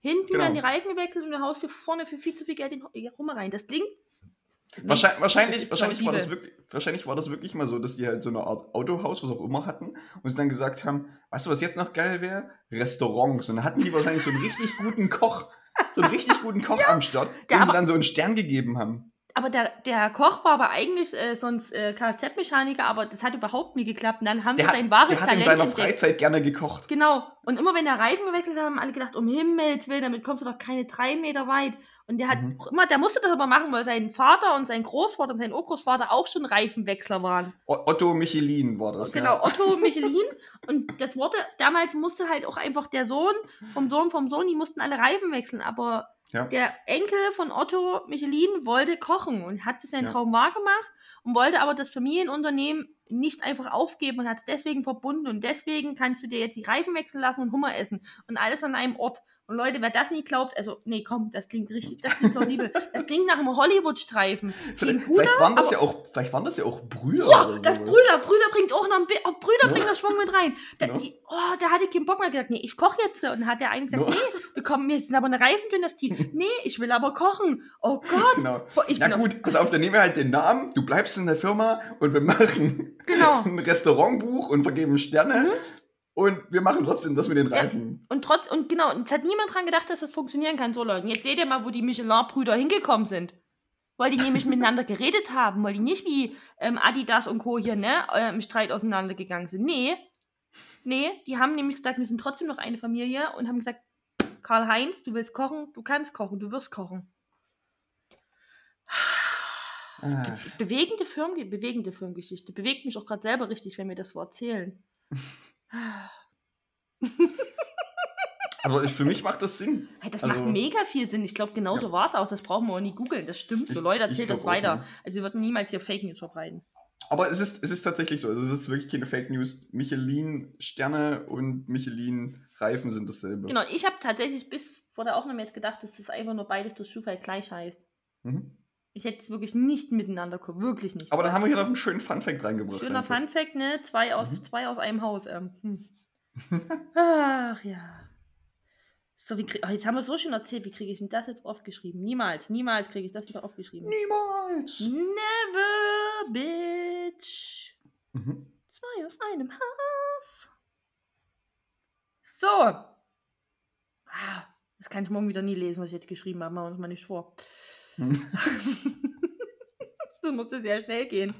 Speaker 2: Hinten
Speaker 1: Genau.
Speaker 2: werden die Reifen gewechselt und du haust dir vorne für viel zu viel Geld den Hummer rein. Das klingt.
Speaker 1: Wahrscheinlich,
Speaker 2: Das
Speaker 1: wahrscheinlich,
Speaker 2: ist
Speaker 1: wahrscheinlich, war das
Speaker 2: plausibel.
Speaker 1: wirklich, wahrscheinlich war das wirklich mal so, dass die halt so eine Art Autohaus, was auch immer hatten, und sie dann gesagt haben, weißt du, was jetzt noch geil wäre? Restaurants. Und dann hatten die wahrscheinlich so einen richtig guten Koch, so einen richtig guten Koch am Start,
Speaker 2: Der
Speaker 1: dem sie
Speaker 2: aber-
Speaker 1: dann so einen Stern gegeben haben.
Speaker 2: Aber der, der Koch war aber eigentlich äh, sonst äh, Kfz-Mechaniker, aber das hat überhaupt nie geklappt. Und dann haben
Speaker 1: Der
Speaker 2: sie
Speaker 1: hat,
Speaker 2: sein wahres
Speaker 1: der hat in
Speaker 2: Talent
Speaker 1: seiner
Speaker 2: entdeckt.
Speaker 1: Freizeit gerne gekocht.
Speaker 2: Genau. Und immer wenn der Reifen gewechselt hat, haben alle gedacht, um Himmels Willen, damit kommst du doch keine drei Meter weit. Und der hat
Speaker 1: Mhm.
Speaker 2: auch immer, der musste das aber machen, weil sein Vater und sein Großvater und sein Urgroßvater auch schon Reifenwechsler waren.
Speaker 1: O Otto Michelin war das.
Speaker 2: Genau,
Speaker 1: Ja.
Speaker 2: Otto Michelin. Und das wurde, damals musste halt auch einfach der Sohn vom Sohn vom Sohn, die mussten alle Reifen wechseln. Aber
Speaker 1: Ja.
Speaker 2: der Enkel von Otto Michelin wollte kochen und hat sich seinen
Speaker 1: Ja.
Speaker 2: Traum wahrgemacht und wollte aber das Familienunternehmen nicht einfach aufgeben und hat es deswegen verbunden. Und deswegen kannst du dir jetzt die Reifen wechseln lassen und Hummer essen. Und alles an einem Ort. Und Leute, wer das nicht glaubt, also, nee, komm, das klingt richtig, das klingt plausibel. Das klingt nach einem Hollywood-Streifen. Gegen
Speaker 1: Vielleicht,
Speaker 2: Bruder,
Speaker 1: vielleicht, waren das ja auch, vielleicht waren das ja auch Brüder oder
Speaker 2: das
Speaker 1: sowas.
Speaker 2: Brüder, Brüder bringt auch noch ein bisschen, Brüder bringt noch Schwung mit rein. Da,
Speaker 1: Genau.
Speaker 2: die, oh, da hatte ich keinen Bock mehr gesagt, nee, ich koche jetzt. Und dann hat der eine gesagt,
Speaker 1: Nur-
Speaker 2: nee, wir kommen jetzt sind aber eine Reifendynastie. Nee, ich will aber kochen. Oh Gott.
Speaker 1: Genau.
Speaker 2: Boah, Ich
Speaker 1: Na
Speaker 2: bin-
Speaker 1: gut, also auf, dann nehmen wir halt den Namen, du bleibst in der Firma und wir machen
Speaker 2: Genau.
Speaker 1: ein
Speaker 2: Mhm.
Speaker 1: Restaurantbuch und vergeben Sterne. Und wir machen trotzdem das mit den
Speaker 2: Ja.
Speaker 1: Reifen.
Speaker 2: Und trotz, und genau, und es hat niemand dran gedacht, dass das funktionieren kann, so Leute. Und jetzt seht ihr mal, wo die Michelin-Brüder hingekommen sind. Weil die nämlich miteinander geredet haben, weil die nicht wie ähm, Adidas und Co. hier, ne, äh, im Streit auseinandergegangen sind. Nee. Nee, die haben nämlich gesagt, wir sind trotzdem noch eine Familie und haben gesagt, Karl-Heinz, du willst kochen, du kannst kochen, du wirst kochen. Genau.
Speaker 1: Ah,
Speaker 2: Bewegende, Firmen, bewegende Firmengeschichte. Bewegt mich auch gerade selber richtig, wenn wir das Wort zählen.
Speaker 1: Aber ich, für mich macht das Sinn.
Speaker 2: Hey, das
Speaker 1: Also-
Speaker 2: macht mega viel Sinn. Ich glaube, genau
Speaker 1: Ja.
Speaker 2: so war es auch. Das brauchen wir auch nie googeln. Das stimmt so.
Speaker 1: Ich-
Speaker 2: Leute,
Speaker 1: ich
Speaker 2: erzählt
Speaker 1: glaub
Speaker 2: das
Speaker 1: auch,
Speaker 2: weiter.
Speaker 1: ja.
Speaker 2: Also wir würden niemals hier Fake News verbreiten.
Speaker 1: Aber es ist, es ist tatsächlich so. Also es ist wirklich keine Fake News. Michelin-Sterne und Michelin-Reifen sind dasselbe.
Speaker 2: Genau, ich habe tatsächlich bis vor der Aufnahme jetzt gedacht, dass das einfach nur beides durch Zufall gleich heißt.
Speaker 1: Mhm.
Speaker 2: Ich hätte es wirklich nicht miteinander geguckt. Wirklich nicht.
Speaker 1: Aber dann haben wir hier noch einen schönen Fun-Fact reingebracht.
Speaker 2: Schöner
Speaker 1: einfach.
Speaker 2: Fun Fact, ne? Zwei aus,
Speaker 1: Mhm.
Speaker 2: zwei aus einem Haus. Ähm. Hm. Ach ja. So, wie krieg, oh, jetzt haben wir so schön erzählt, wie kriege ich denn das jetzt aufgeschrieben? Niemals, niemals kriege ich das wieder aufgeschrieben.
Speaker 1: Niemals!
Speaker 2: Mhm. Never, bitch.
Speaker 1: Mhm.
Speaker 2: Zwei aus einem Haus. So. Ah, das kann ich morgen wieder nie lesen, was ich jetzt geschrieben habe. Machen wir uns mal nicht vor.
Speaker 1: Mhm.
Speaker 2: Das musste sehr schnell gehen.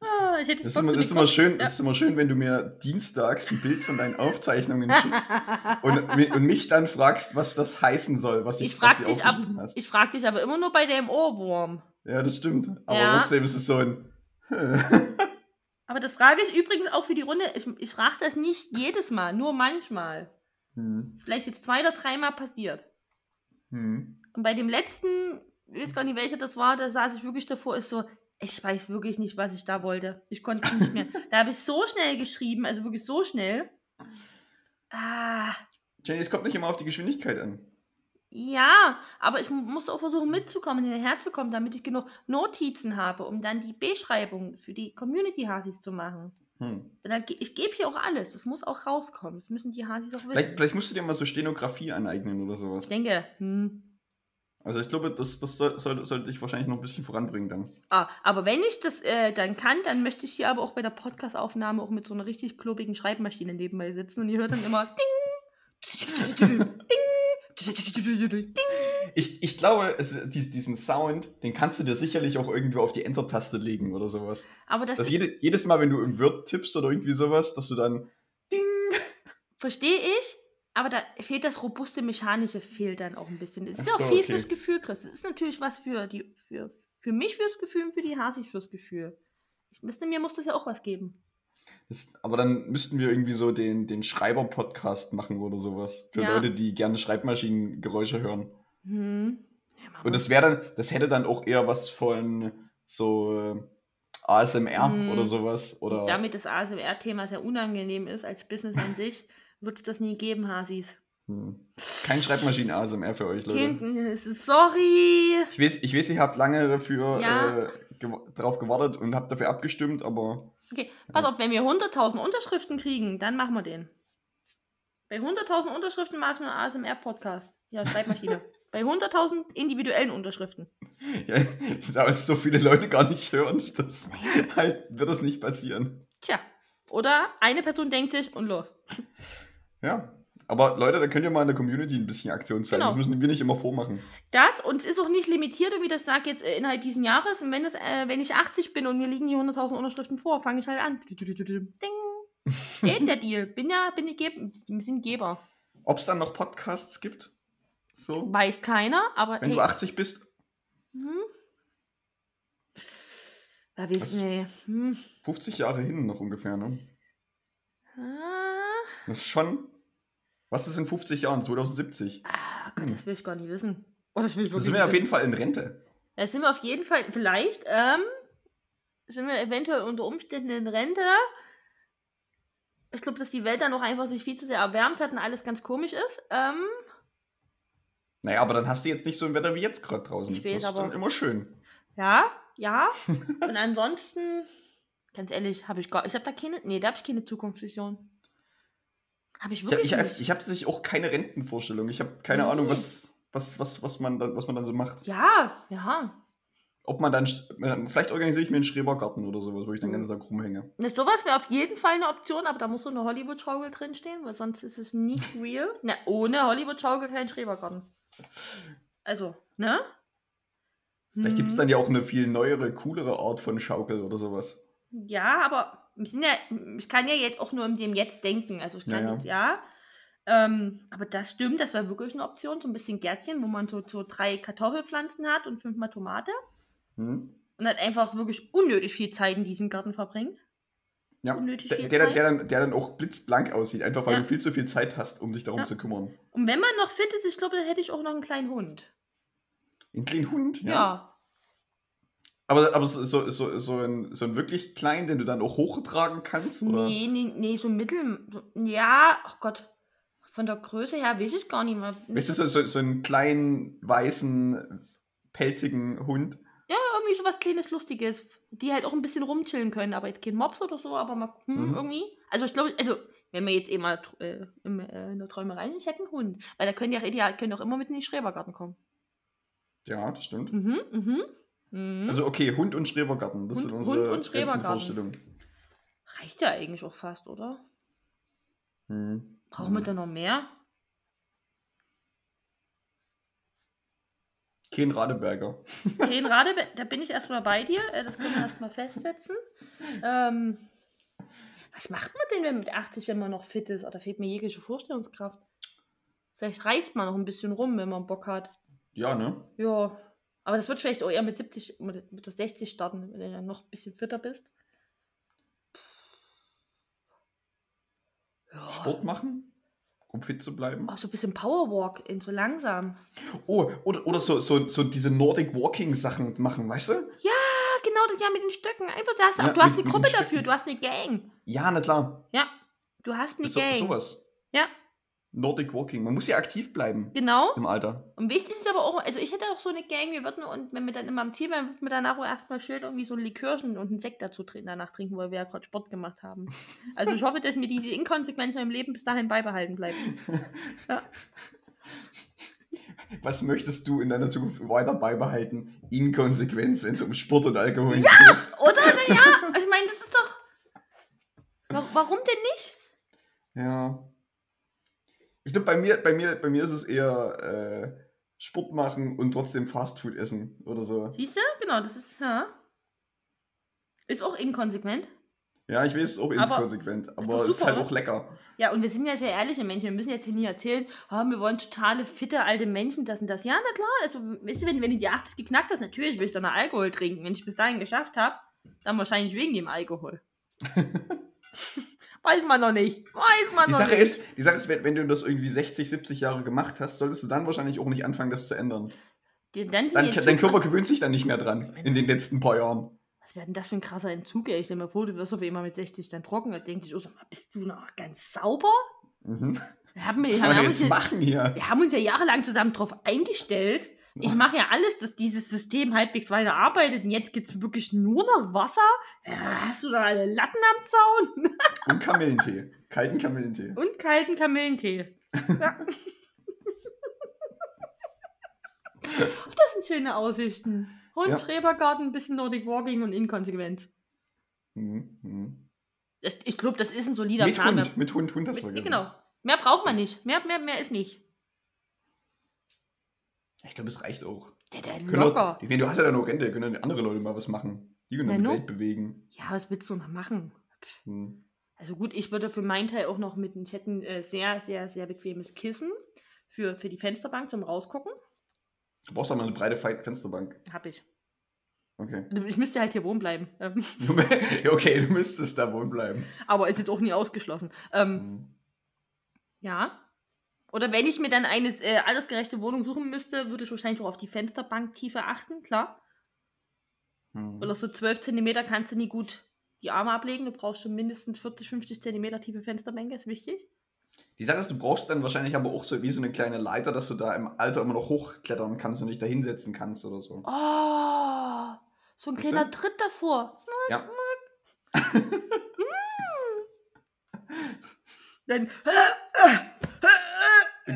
Speaker 2: ah, ich hätte
Speaker 1: Das
Speaker 2: jetzt
Speaker 1: ist, immer, das,
Speaker 2: trotzdem
Speaker 1: ist
Speaker 2: die
Speaker 1: immer schön,
Speaker 2: Ja.
Speaker 1: das ist immer schön, wenn du mir dienstags ein Bild von deinen Aufzeichnungen schickst und, mi- und mich dann fragst, was das heißen soll, was ich,
Speaker 2: Ich frag
Speaker 1: was du
Speaker 2: dich ab.
Speaker 1: aufgeschrieben hast.
Speaker 2: Ich frage dich aber immer nur bei dem Ohrwurm.
Speaker 1: Ja, das stimmt. Aber
Speaker 2: Ja.
Speaker 1: trotzdem ist es so ein.
Speaker 2: Aber das frage ich übrigens auch für die Runde. Ich, ich frage das nicht jedes Mal, nur manchmal.
Speaker 1: Hm.
Speaker 2: Ist vielleicht jetzt zwei oder dreimal passiert.
Speaker 1: Hm.
Speaker 2: Und bei dem letzten, ich weiß gar nicht, welcher das war, da saß ich wirklich davor, ist so, ich weiß wirklich nicht, was ich da wollte. Ich konnte es nicht mehr. da habe ich so schnell geschrieben, also wirklich so schnell. Ah,
Speaker 1: Jenny, es kommt nicht immer auf die Geschwindigkeit an.
Speaker 2: ja, aber ich mu- musste auch versuchen mitzukommen, hinterherzukommen, damit ich genug Notizen habe, um dann die Beschreibung für die Community-Hasis zu machen.
Speaker 1: Hm.
Speaker 2: Da ge- Ich gebe hier auch alles, das muss auch rauskommen, das müssen die Hasis auch wissen.
Speaker 1: Vielleicht, vielleicht musst du dir mal so Stenografie aneignen oder sowas.
Speaker 2: ich denke, hm,
Speaker 1: Also ich glaube, das, das soll, soll, sollte dich wahrscheinlich noch ein bisschen voranbringen dann.
Speaker 2: Ah, aber wenn ich das äh, dann kann, dann möchte ich hier aber auch bei der Podcast-Aufnahme auch mit so einer richtig klobigen Schreibmaschine nebenbei sitzen und ihr hört dann immer Ding! Ding! Ding!
Speaker 1: Ich, ich glaube, es, dies, diesen Sound, den kannst du dir sicherlich auch irgendwo auf die Enter-Taste legen oder sowas.
Speaker 2: Aber das,
Speaker 1: Dass jede, jedes Mal, wenn du im Word tippst oder irgendwie sowas, dass du dann Ding.
Speaker 2: verstehe ich, aber da fehlt das robuste Mechanische, fehlt dann auch ein bisschen. Es
Speaker 1: Ach
Speaker 2: ist ja auch
Speaker 1: so,
Speaker 2: viel
Speaker 1: okay.
Speaker 2: fürs Gefühl, Chris. Es ist natürlich was für die, für, für mich fürs Gefühl und für die Hasis fürs Gefühl. Ich müsste, mir muss das ja auch was geben.
Speaker 1: Das, aber dann müssten wir irgendwie so den, den Schreiber-Podcast machen oder sowas. Für
Speaker 2: Ja.
Speaker 1: Leute, die gerne Schreibmaschinengeräusche hören.
Speaker 2: Hm. Ja, mal
Speaker 1: Und
Speaker 2: was-
Speaker 1: das wäre dann, das hätte dann auch eher was von so äh, ASMR
Speaker 2: Mhm.
Speaker 1: oder sowas. Oder
Speaker 2: Damit das ASMR-Thema sehr unangenehm ist als Business an sich, wird es das nie geben, Hasis.
Speaker 1: Hm. kein Schreibmaschinen-ASMR für euch, Leute.
Speaker 2: Kind, es ist sorry.
Speaker 1: Ich weiß, ich weiß, ihr habt lange dafür
Speaker 2: Ja.
Speaker 1: äh, gew drauf gewartet und habt dafür abgestimmt, aber
Speaker 2: Okay, pass auf, wenn wir 100.000 Unterschriften kriegen, dann machen wir den. Bei 100.000 Unterschriften mache ich einen ASMR-Podcast. Ja, Schreibmaschine. Bei 100.000 individuellen Unterschriften.
Speaker 1: ja, da uns so viele Leute gar nicht hören, ist das halt, wird das nicht passieren.
Speaker 2: Tja. Oder eine Person denkt sich und los.
Speaker 1: Ja. Aber Leute, da könnt ihr mal in der Community ein bisschen Aktion zeigen.
Speaker 2: Genau.
Speaker 1: Das müssen wir nicht immer vormachen.
Speaker 2: Das und es ist auch nicht limitiert, und wie das sagt jetzt äh, innerhalb diesen Jahres. Und wenn, es, äh, wenn ich 80 bin und mir liegen die 100.000 Unterschriften vor, fange ich halt an. Ding. Geht der Deal. Bin ja, bin ich Geb wir sind Geber.
Speaker 1: Ob es dann noch Podcasts gibt? So.
Speaker 2: Weiß keiner, aber
Speaker 1: Wenn
Speaker 2: hey,
Speaker 1: du 80 bist,
Speaker 2: Hm? Da wissen
Speaker 1: Das-
Speaker 2: nee. Hm.
Speaker 1: 50 Jahre hin noch ungefähr, ne?
Speaker 2: Ah,
Speaker 1: Das ist schon. Was ist in 50 Jahren? 2070?
Speaker 2: ah, Gott,
Speaker 1: Hm.
Speaker 2: das will ich gar nicht wissen. Oh, das will ich
Speaker 1: Da
Speaker 2: wirklich
Speaker 1: sind wir
Speaker 2: nicht
Speaker 1: auf jeden Fall in Rente.
Speaker 2: wissen. Da sind wir auf jeden Fall, vielleicht, ähm, sind wir eventuell unter Umständen in Rente. ich glaube, dass die Welt dann auch einfach sich viel zu sehr erwärmt hat und alles ganz komisch ist. Ähm,
Speaker 1: Naja, aber dann hast du jetzt nicht so ein Wetter wie jetzt gerade draußen.
Speaker 2: Ich weiß,
Speaker 1: das ist
Speaker 2: aber-
Speaker 1: dann immer schön.
Speaker 2: ja, ja. und ansonsten, ganz ehrlich, habe ich gar, ich habe da keine, nee, da habe ich keine Zukunftsvision. Habe ich
Speaker 1: Ich, hab-
Speaker 2: wirklich
Speaker 1: ich, hab-
Speaker 2: nicht.
Speaker 1: ich habe tatsächlich auch keine Rentenvorstellung. Ich habe keine
Speaker 2: Nee.
Speaker 1: Ahnung, was, was, was, was, man dann, was man dann so macht.
Speaker 2: ja, ja.
Speaker 1: Ob man dann, vielleicht organisiere ich mir einen Schrebergarten oder sowas, wo ich den
Speaker 2: Mhm.
Speaker 1: ganzen Tag rumhänge.
Speaker 2: Na, sowas wäre auf jeden Fall eine Option, aber da muss so eine Hollywood-Schaukel drinstehen, weil sonst ist es nicht real. Na, ohne Hollywood-Schaukel kein Schrebergarten. Also, ne?
Speaker 1: Vielleicht gibt es
Speaker 2: Hm.
Speaker 1: dann ja auch eine viel neuere, coolere Art von Schaukel oder sowas.
Speaker 2: Ja, aber wir sind ja, ich kann ja jetzt auch nur in dem Jetzt denken. Also ich kann
Speaker 1: Ja, ja.
Speaker 2: jetzt, ja. Ähm, aber das stimmt, das wäre wirklich eine Option. So ein bisschen Gärtchen, wo man so, so drei Kartoffelpflanzen hat und fünfmal Tomate
Speaker 1: Hm?
Speaker 2: und hat einfach wirklich unnötig viel Zeit in diesem Garten verbringt.
Speaker 1: Ja.
Speaker 2: Unnötig
Speaker 1: Der,
Speaker 2: viel
Speaker 1: der,
Speaker 2: Zeit.
Speaker 1: der, dann, der dann auch blitzblank aussieht, einfach weil
Speaker 2: Ja.
Speaker 1: du viel zu viel Zeit hast, um dich darum
Speaker 2: Ja.
Speaker 1: zu kümmern.
Speaker 2: Und wenn man noch fit ist, ich glaube, dann hätte ich auch noch einen kleinen Hund.
Speaker 1: Ein kleinen Hund, ja.
Speaker 2: ja.
Speaker 1: Aber, aber so, so, so, so, ein, so ein wirklich kleinen, den du dann auch hochtragen kannst? Oder?
Speaker 2: Nee, nee, nee, so mittel. So, ja, ach Gott. Von der Größe her weiß ich gar nicht mehr.
Speaker 1: Weißt du, so, so, so einen kleinen, weißen, pelzigen Hund?
Speaker 2: irgendwie so was Kleines, Lustiges. Die halt auch ein bisschen rumchillen können, aber jetzt kein Mops oder so, aber mal hm,
Speaker 1: Mhm.
Speaker 2: irgendwie. Also ich glaube, also wenn wir jetzt eh mal tr- äh, im, äh, in der Träumerei sind, ich hätte einen Hund. Weil da können die auch ideal, können auch immer mit in den Schrebergarten kommen.
Speaker 1: Ja, das stimmt.
Speaker 2: Mhm, mhm. mhm.
Speaker 1: Also okay, Hund und Schrebergarten. Das
Speaker 2: Hund-
Speaker 1: sind unsere
Speaker 2: Hund und Schrebergarten.
Speaker 1: Vorstellung.
Speaker 2: Reicht ja eigentlich auch fast, oder?
Speaker 1: Hm.
Speaker 2: Brauchen wir da noch mehr?
Speaker 1: Kein Radeberger.
Speaker 2: Den Rade, da bin ich erstmal bei dir. Äh, Das können wir erstmal festsetzen. Ähm, was macht man denn wenn mit 80, wenn man noch fit ist? Oh, da fehlt mir jegliche Vorstellungskraft. Vielleicht reist man noch ein bisschen rum, wenn man Bock hat.
Speaker 1: Ja, ne?
Speaker 2: Ja. Aber das wird vielleicht auch eher mit 70, mit, mit der 60 starten, wenn du dann noch ein bisschen fitter bist. Ja.
Speaker 1: Sport machen, um fit zu bleiben.
Speaker 2: Auch so ein bisschen Powerwalk in so langsam.
Speaker 1: Oh, oder, oder so, so, so diese Nordic Walking Sachen machen, weißt du?
Speaker 2: Ah, genau, das ja mit den Stöcken. Einfach, du hast,
Speaker 1: Ja,
Speaker 2: du
Speaker 1: mit-
Speaker 2: hast eine
Speaker 1: mit den
Speaker 2: Gruppe
Speaker 1: Stöcken.
Speaker 2: dafür, du hast eine Gang.
Speaker 1: Ja, na klar.
Speaker 2: Ja. Du hast eine
Speaker 1: So,
Speaker 2: Gang.
Speaker 1: sowas.
Speaker 2: Ja.
Speaker 1: Nordic Walking. Man muss ja aktiv bleiben
Speaker 2: Genau.
Speaker 1: im Alter.
Speaker 2: Und wichtig ist aber auch, also ich hätte auch so eine Gang, wir würden, und wenn wir dann immer am Ziel wären, würden wir danach auch erstmal schön irgendwie so ein Likörchen und einen Sekt dazu trinken, danach trinken, weil wir ja gerade Sport gemacht haben. Also ich hoffe, dass mir diese Inkonsequenz im Leben bis dahin beibehalten bleibt.
Speaker 1: Was möchtest du in deiner Zukunft weiter beibehalten? Inkonsequenz, wenn es um Sport und Alkohol geht.
Speaker 2: Oder? Na ja, ich meine, das ist doch. Wa- Warum denn nicht?
Speaker 1: Ja. Ich glaube, bei mir, bei, mir, bei mir ist es eher äh, Sport machen und trotzdem Fastfood essen oder so.
Speaker 2: Siehst du? Genau, das ist, ja. Ist auch inkonsequent.
Speaker 1: Ja, ich weiß, ist auch
Speaker 2: Aber-
Speaker 1: inkonsequent, aber,
Speaker 2: doch
Speaker 1: es ist
Speaker 2: super, ne?
Speaker 1: halt
Speaker 2: oder?
Speaker 1: auch lecker.
Speaker 2: Ja, und wir sind ja sehr ehrliche Menschen. Wir müssen jetzt hier nie erzählen, oh, wir wollen totale, fitte, alte Menschen, das und das. Ja, na klar. Also, weißt du, wenn, wenn du die 80 geknackt hast, natürlich will ich dann noch Alkohol trinken. Wenn ich bis dahin geschafft habe, dann wahrscheinlich wegen dem Alkohol. Weiß man noch nicht. Weiß man
Speaker 1: Die
Speaker 2: noch
Speaker 1: Sache,
Speaker 2: nicht.
Speaker 1: ist, die Sache ist, wenn wenn du das irgendwie 60, 70 Jahre gemacht hast, solltest du dann wahrscheinlich auch nicht anfangen, das zu ändern.
Speaker 2: Die- dann sind die
Speaker 1: Dann,
Speaker 2: Entzug-
Speaker 1: dein Körper gewöhnt sich dann nicht mehr dran in den letzten paar Jahren.
Speaker 2: Was wäre denn das für ein krasser Entzug, ey? Ich stell mir vor, du wirst auf einmal mit 60 dann trocken. Da denkt sich, oh, sag mal, bist du noch ganz sauber?
Speaker 1: Mhm.
Speaker 2: Wir haben, wir
Speaker 1: Was
Speaker 2: haben,
Speaker 1: wollen wir
Speaker 2: uns
Speaker 1: jetzt
Speaker 2: ja-
Speaker 1: machen hier?
Speaker 2: wir haben uns ja jahrelang zusammen drauf eingestellt. Ich mache ja alles, dass dieses System halbwegs weiter arbeitet. Und jetzt gibt es wirklich nur noch Wasser. Ja, hast du da alle Latten am Zaun?
Speaker 1: Und Kamillentee. Kalten Kamillentee.
Speaker 2: Und kalten Kamillentee. Ja. Ach, das sind schöne Aussichten. Hund,
Speaker 1: Ja.
Speaker 2: Schrebergarten, ein bisschen Nordic Walking und Inkonsequenz.
Speaker 1: Mhm. Mhm.
Speaker 2: Das- Ich glaube, das ist ein solider
Speaker 1: Mit
Speaker 2: Plan.
Speaker 1: Hund, mit Hund, Hund hast du
Speaker 2: Mit,
Speaker 1: vergessen.
Speaker 2: genau. Mehr braucht man nicht. Mehr, mehr, mehr ist nicht.
Speaker 1: Ich glaube, es reicht auch.
Speaker 2: Der, der
Speaker 1: Können
Speaker 2: locker.
Speaker 1: auch ich meine, du hast ja dann auch Rente, können dann andere Leute mal was machen. Die können
Speaker 2: Ja,
Speaker 1: dann die
Speaker 2: no.
Speaker 1: Welt bewegen.
Speaker 2: Ja, was willst du noch machen?
Speaker 1: Hm.
Speaker 2: Also gut, ich würde für meinen Teil auch noch mit einem Chatten äh, sehr, sehr, sehr bequemes Kissen für, für die Fensterbank zum Rausgucken.
Speaker 1: Du brauchst aber eine breite Fe- Fensterbank.
Speaker 2: Hab ich.
Speaker 1: Okay.
Speaker 2: Ich müsste halt hier wohnen bleiben. Ähm,
Speaker 1: okay, du müsstest da wohl bleiben.
Speaker 2: aber ist jetzt auch nie ausgeschlossen. Ähm,
Speaker 1: Mhm.
Speaker 2: ja. Oder wenn ich mir dann eine äh, altersgerechte Wohnung suchen müsste, würde ich wahrscheinlich auch auf die Fensterbanktiefe achten, klar.
Speaker 1: Mhm.
Speaker 2: Oder so 12 cm kannst du nie gut die Arme ablegen. Du brauchst schon mindestens 40, 50 Zentimeter tiefe Fenstermenge, ist wichtig.
Speaker 1: Die Sache ist, du brauchst dann wahrscheinlich aber auch so wie so eine kleine Leiter, dass du da im Alter immer noch hochklettern kannst und dich da hinsetzen kannst oder so.
Speaker 2: Oh, so ein
Speaker 1: Weißt
Speaker 2: kleiner
Speaker 1: du?
Speaker 2: Tritt davor.
Speaker 1: Ja.
Speaker 2: Dann.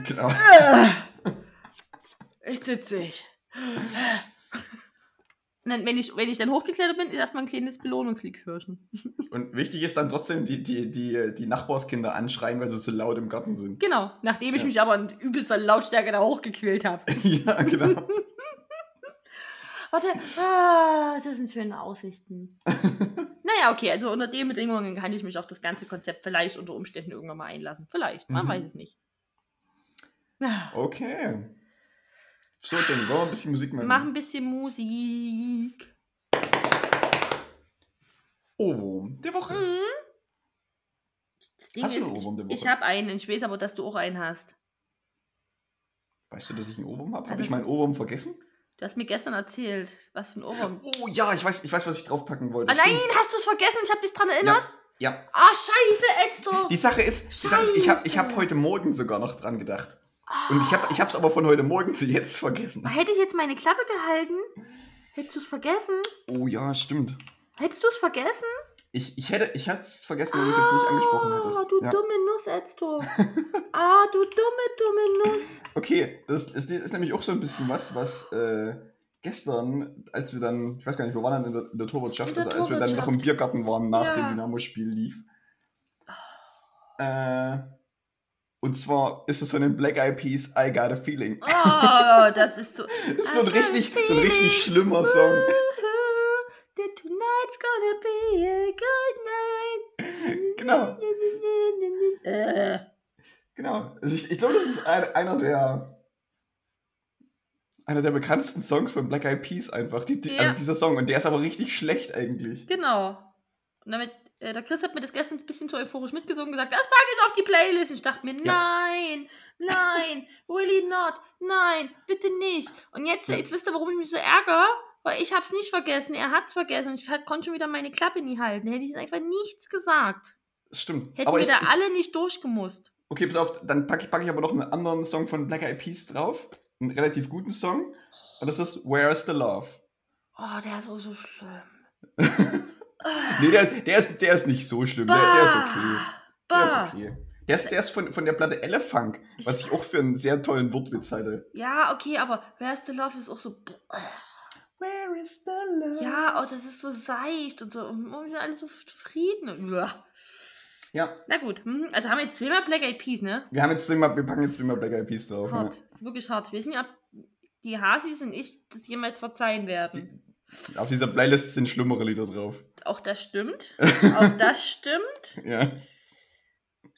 Speaker 1: Genau.
Speaker 2: äh, Ich sitze ich. Und dann, wenn, ich, wenn ich dann hochgeklettert bin, ist erstmal ein kleines Belohnungslikörchen.
Speaker 1: Und wichtig ist dann trotzdem, die, die, die, die Nachbarskinder anschreien, weil sie so laut im Garten sind.
Speaker 2: Genau, nachdem ich
Speaker 1: Ja.
Speaker 2: mich aber in übelster Lautstärke da hochgequält habe.
Speaker 1: ja, genau.
Speaker 2: Warte, ah, das sind schöne Aussichten. naja, okay, also unter den Bedingungen kann ich mich auf das ganze Konzept vielleicht unter Umständen irgendwann mal einlassen. Vielleicht, man
Speaker 1: Mhm.
Speaker 2: weiß es nicht. Ah,
Speaker 1: Okay. So, Jenny, wollen wir ein bisschen Musik machen?
Speaker 2: Ah, Mach ein bisschen Musik.
Speaker 1: Ohrwurm der Woche.
Speaker 2: Mhm. Das Ding
Speaker 1: Hast du
Speaker 2: ist,
Speaker 1: einen Ohrwurm der
Speaker 2: ich, ich
Speaker 1: Woche?
Speaker 2: habe einen, ich weiß aber, dass du auch einen hast. Mm.
Speaker 1: Weißt du, dass ich einen Ohrwurm habe? Habe
Speaker 2: Also-
Speaker 1: ich meinen Ohrwurm vergessen?
Speaker 2: Du hast mir gestern erzählt, was für ein Ohrwurm.
Speaker 1: Oh ja, ich weiß, ich weiß was ich draufpacken wollte.
Speaker 2: Ah, nein,
Speaker 1: Stimmt.
Speaker 2: hast du es vergessen? Ich habe dich dran erinnert.
Speaker 1: Ja,
Speaker 2: Ah, scheiße, Edstro.
Speaker 1: die Sache ist, die Sache ist ich habe ich hab
Speaker 2: Scheiße.
Speaker 1: heute Morgen sogar noch dran gedacht.
Speaker 2: Ah,
Speaker 1: Und ich habe es aber von heute Morgen zu jetzt vergessen.
Speaker 2: hätte ich jetzt meine Klappe gehalten, hättest du es vergessen?
Speaker 1: Oh ja, stimmt.
Speaker 2: Hättest du es vergessen?
Speaker 1: Ich, ich hätte ich es vergessen, wenn du es jetzt nicht angesprochen hättest.
Speaker 2: Ah, du
Speaker 1: ja.
Speaker 2: dumme Nuss, Edstro. ah, du dumme, dumme Nuss.
Speaker 1: Okay, das ist, das ist nämlich auch so ein bisschen was, was äh, gestern, als wir dann, ich weiß gar nicht, wir waren dann in der, in der Torwirtschaft,
Speaker 2: In der
Speaker 1: also als wir dann noch im
Speaker 2: Torwirtschaft.
Speaker 1: Biergarten waren, nach
Speaker 2: Ja.
Speaker 1: dem Dynamo-Spiel lief. Äh, und zwar ist es von den Black Eyed Peas I Got a Feeling.
Speaker 2: Oh, das ist so.
Speaker 1: Das ist so ein
Speaker 2: I Got a
Speaker 1: richtig, so ein
Speaker 2: Feeling.
Speaker 1: richtig schlimmer Song.
Speaker 2: The tonight's gonna be a good night.
Speaker 1: Genau.
Speaker 2: Äh,
Speaker 1: Genau. Also ich ich glaube, das ist ein, einer der einer der bekanntesten Songs von Black Eyed Peas einfach. Die, die,
Speaker 2: Ja.
Speaker 1: Also dieser Song. Und der ist aber richtig schlecht eigentlich.
Speaker 2: genau. Und damit, äh, der Chris hat mir das gestern ein bisschen zu euphorisch mitgesungen und gesagt, das packe ich auf die Playlist. Und ich dachte mir,
Speaker 1: Ja.
Speaker 2: nein, nein, really not, nein, bitte nicht. Und jetzt,
Speaker 1: Ja.
Speaker 2: jetzt wisst ihr, warum ich mich so ärgere? Weil ich hab's nicht vergessen, er hat's vergessen und ich hat, konnte schon wieder meine Klappe nie halten. Hätte ich einfach nichts gesagt.
Speaker 1: Das stimmt.
Speaker 2: Hätten
Speaker 1: aber
Speaker 2: wir
Speaker 1: ich,
Speaker 2: da
Speaker 1: ich,
Speaker 2: alle nicht durchgemusst.
Speaker 1: Okay, pass auf, dann packe ich, pack ich aber noch einen anderen Song von Black Eyed Peas drauf. Einen relativ guten Song. Und das ist Where's the Love?
Speaker 2: Oh, der ist auch so schlimm.
Speaker 1: Nee, der, der, ist, der ist nicht so schlimm. Der, der ist okay. Der ist
Speaker 2: Bah.
Speaker 1: okay. Der ist, der ist von, von der Platte Elefunk, was ich auch für einen sehr tollen Wortwitz halte.
Speaker 2: Ja, okay, aber Where's the Love ist auch so.
Speaker 1: Where is the love?
Speaker 2: Ja, oh, das ist so seicht und so. Und wir sind alle so zufrieden. und-
Speaker 1: Ja,
Speaker 2: Na gut, mhm. also haben wir jetzt zweimal Black Eyed Peas, ne?
Speaker 1: wir, haben jetzt zweimal, wir packen jetzt immer Black Eyed Peas drauf. Ja.
Speaker 2: Hart. Ist wirklich hart. Ich weiß nicht, ob die Hasis und ich das jemals verzeihen werden.
Speaker 1: Auf dieser Playlist sind schlimmere Lieder drauf.
Speaker 2: Auch das stimmt. Auch das stimmt.
Speaker 1: Ja,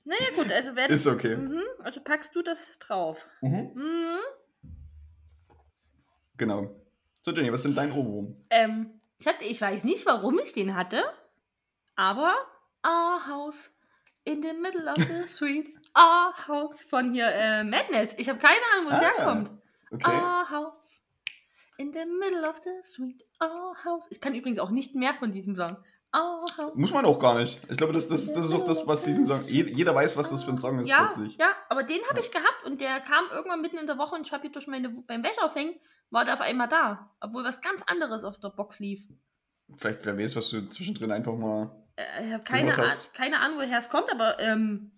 Speaker 2: Naja, gut, also werden.
Speaker 1: ist okay.
Speaker 2: Mhm, also packst du das drauf.
Speaker 1: Mhm.
Speaker 2: Mhm.
Speaker 1: Genau. So, Jenny, was ist denn dein Ohrwurm?
Speaker 2: Ähm, ich, hatte, ich weiß nicht, warum ich den hatte, aber Our House in the middle of the street. Our House von hier äh, Madness. Ich habe keine Ahnung, wo es
Speaker 1: Ah,
Speaker 2: herkommt.
Speaker 1: Okay.
Speaker 2: Our House in the middle of the street. Our House. Ich kann übrigens auch nicht mehr von diesem Song. Our House.
Speaker 1: Muss man auch gar nicht. Ich glaube, das, das, das ist auch das, was diesen Song. je- Jeder weiß, was das für ein Song ist
Speaker 2: ja,
Speaker 1: plötzlich.
Speaker 2: ja, aber den habe ich gehabt und der kam irgendwann mitten in der Woche und ich habe ihn durch meine beim Wäscheaufhängen war der auf einmal da, obwohl was ganz anderes auf der Box lief.
Speaker 1: Vielleicht, wer weiß, was du zwischendrin einfach mal.
Speaker 2: Äh, Ich habe keine,
Speaker 1: Gehört
Speaker 2: Ah-
Speaker 1: hast.
Speaker 2: keine Ahnung, woher es kommt, aber ähm,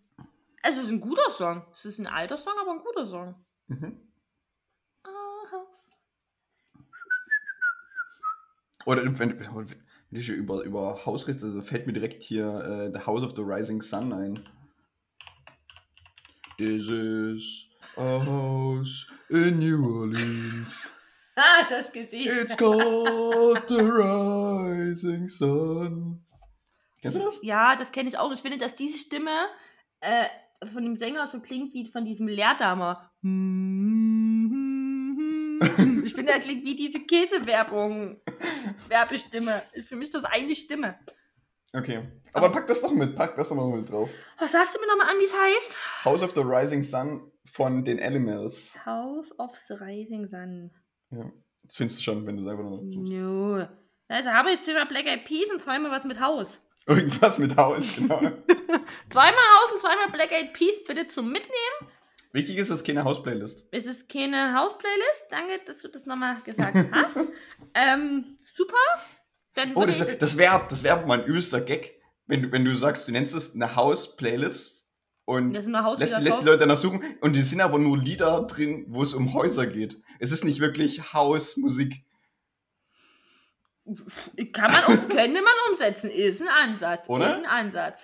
Speaker 2: also es ist ein guter Song. Es ist ein alter Song, aber ein guter Song.
Speaker 1: Mhm.
Speaker 2: Aha.
Speaker 1: Oder wenn, wenn, wenn ich hier über, über Haus rede, also fällt mir direkt hier äh, The House of the Rising Sun ein. This is a house in New Orleans.
Speaker 2: Ah, das Gesicht.
Speaker 1: It's called the rising sun. Kennst du das?
Speaker 2: Ja, das kenne ich auch. Und ich finde, dass diese Stimme äh, von dem Sänger so klingt wie von diesem Lehrdamer. Ich finde, er klingt wie diese Käsewerbung. Werbestimme. Ist für mich das eine Stimme.
Speaker 1: Okay. Aber pack das doch mit, pack das doch mal mit drauf.
Speaker 2: Was sagst du mir nochmal an, wie es heißt?
Speaker 1: House of the Rising Sun von den Elements.
Speaker 2: House of the Rising Sun.
Speaker 1: Ja. Das
Speaker 2: Mhm.
Speaker 1: findest du schon, wenn du es einfach nur.
Speaker 2: No. Also haben wir jetzt zweimal Black Eyed Peas und zweimal was mit Haus.
Speaker 1: Irgendwas mit Haus, genau.
Speaker 2: Zweimal Haus und zweimal Black Eyed Peas bitte zum Mitnehmen.
Speaker 1: Wichtig ist, es ist keine Haus-Playlist.
Speaker 2: Es ist keine Haus-Playlist. Danke, dass du das nochmal gesagt hast. ähm, super. Dann
Speaker 1: Oh,
Speaker 2: würde
Speaker 1: das,
Speaker 2: ich,
Speaker 1: das wäre das wär mal ein übelster Gag, wenn du, wenn du sagst, du nennst es eine Haus-Playlist und
Speaker 2: das ist eine Haus
Speaker 1: lässt,
Speaker 2: wieder
Speaker 1: lässt die
Speaker 2: drauf.
Speaker 1: Leute danach suchen und die sind aber nur Lieder drin, wo es um Häuser geht. Es ist nicht wirklich Hausmusik.
Speaker 2: Kann man uns, könnte man umsetzen. Ist ein Ansatz.
Speaker 1: Oder?
Speaker 2: Ist ein Ansatz.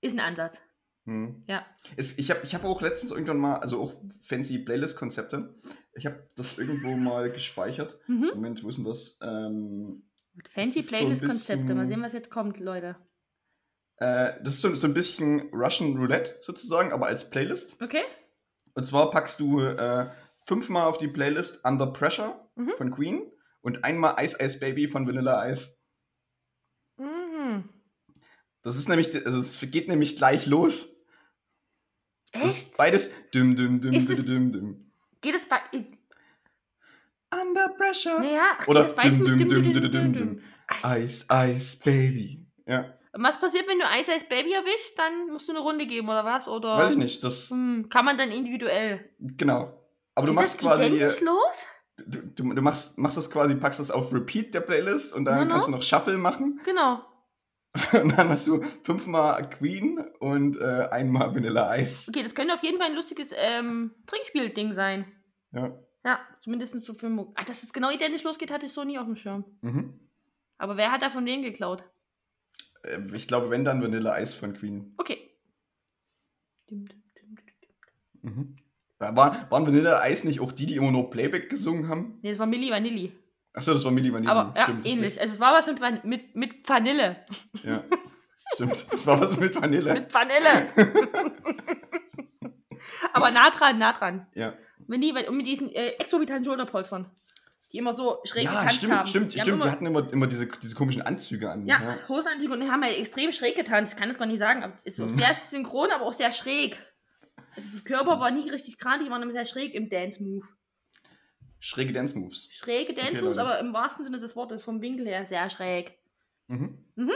Speaker 2: Ist ein Ansatz.
Speaker 1: Hm.
Speaker 2: Ja.
Speaker 1: Es, ich habe ich hab auch letztens irgendwann mal, also auch fancy Playlist-Konzepte. Ich habe das irgendwo mal gespeichert.
Speaker 2: Mhm.
Speaker 1: Moment, wo ist denn das? Ähm, Das
Speaker 2: Fancy
Speaker 1: ist so ein
Speaker 2: Playlist-Konzepte. Mal
Speaker 1: bisschen-
Speaker 2: sehen, was jetzt kommt, Leute.
Speaker 1: äh, das ist so, so ein bisschen Russian Roulette sozusagen, aber als Playlist.
Speaker 2: Okay?
Speaker 1: Und zwar packst du äh, fünfmal auf die Playlist Under Pressure
Speaker 2: Mhm.
Speaker 1: von Queen und einmal Ice Ice Baby von Vanilla Ice.
Speaker 2: Mhm.
Speaker 1: Das ist nämlich, also es geht nämlich gleich los. Das
Speaker 2: Echt?
Speaker 1: ist beides düm düm düm
Speaker 2: Ist
Speaker 1: düm
Speaker 2: es-
Speaker 1: düm düm.
Speaker 2: Geht es bei.
Speaker 1: Under Pressure.
Speaker 2: Naja, ach,
Speaker 1: Oder
Speaker 2: geht es bei-
Speaker 1: düm düm düm düm düm düm.
Speaker 2: Ei.
Speaker 1: Ice Ice Baby. Ja,
Speaker 2: Und was passiert, wenn du Ice Ice Baby erwischt? Dann musst du eine Runde geben oder was? Oder
Speaker 1: weiß ich nicht, das
Speaker 2: Hm, kann man dann individuell.
Speaker 1: genau. Aber du
Speaker 2: Geht
Speaker 1: machst
Speaker 2: das
Speaker 1: quasi
Speaker 2: identisch los?
Speaker 1: du, du, du machst, machst das quasi, packst das auf Repeat der Playlist und dann
Speaker 2: No, no.
Speaker 1: kannst du noch Shuffle machen.
Speaker 2: Genau.
Speaker 1: Und dann hast du fünfmal Queen und äh, einmal Vanilla Ice.
Speaker 2: Okay, das könnte auf jeden Fall ein lustiges ähm, Trinkspiel-Ding sein.
Speaker 1: Ja.
Speaker 2: Ja, zumindest so für Muck. Ach, dass es genau identisch losgeht, hatte ich so nie auf dem Schirm.
Speaker 1: Mhm.
Speaker 2: Aber wer hat da von wem geklaut?
Speaker 1: Äh, Ich glaube, wenn dann Vanilla Ice von Queen.
Speaker 2: Okay. Dim, dim, dim, dim.
Speaker 1: Mhm. War- War, waren Vanilla Ice nicht auch die, die immer nur Playback gesungen haben?
Speaker 2: Nee, das war Milli Vanilli.
Speaker 1: Achso, das war Milli Vanilli.
Speaker 2: Aber ja,
Speaker 1: stimmt, das ist
Speaker 2: ähnlich. Also, es war was mit, Van mit, mit Vanille.
Speaker 1: echt. Ja. Stimmt, das war was mit Vanille.
Speaker 2: Mit Vanille. Aber nah dran, nah dran.
Speaker 1: Ja,
Speaker 2: Wenn die, wenn, und mit diesen äh, exorbitanten Schulterpolstern, die immer so schräg
Speaker 1: ja
Speaker 2: getanzt
Speaker 1: stimmt,
Speaker 2: haben.
Speaker 1: stimmt,
Speaker 2: Die haben
Speaker 1: stimmt.
Speaker 2: Immer,
Speaker 1: Wir hatten immer, immer diese, diese komischen Anzüge an.
Speaker 2: ja, Hosenanzüge und die haben ja extrem schräg getanzt. Ich kann das gar nicht sagen. Aber es ist so
Speaker 1: Hm.
Speaker 2: sehr synchron, aber auch sehr schräg. Also die Körper waren nie richtig gerade, die waren immer sehr schräg im Dance-Move.
Speaker 1: Schräge Dance Moves.
Speaker 2: Schräge Dance-Moves,
Speaker 1: Leute.
Speaker 2: aber im wahrsten Sinne des Wortes, vom Winkel her sehr schräg.
Speaker 1: Mhm.
Speaker 2: Dum,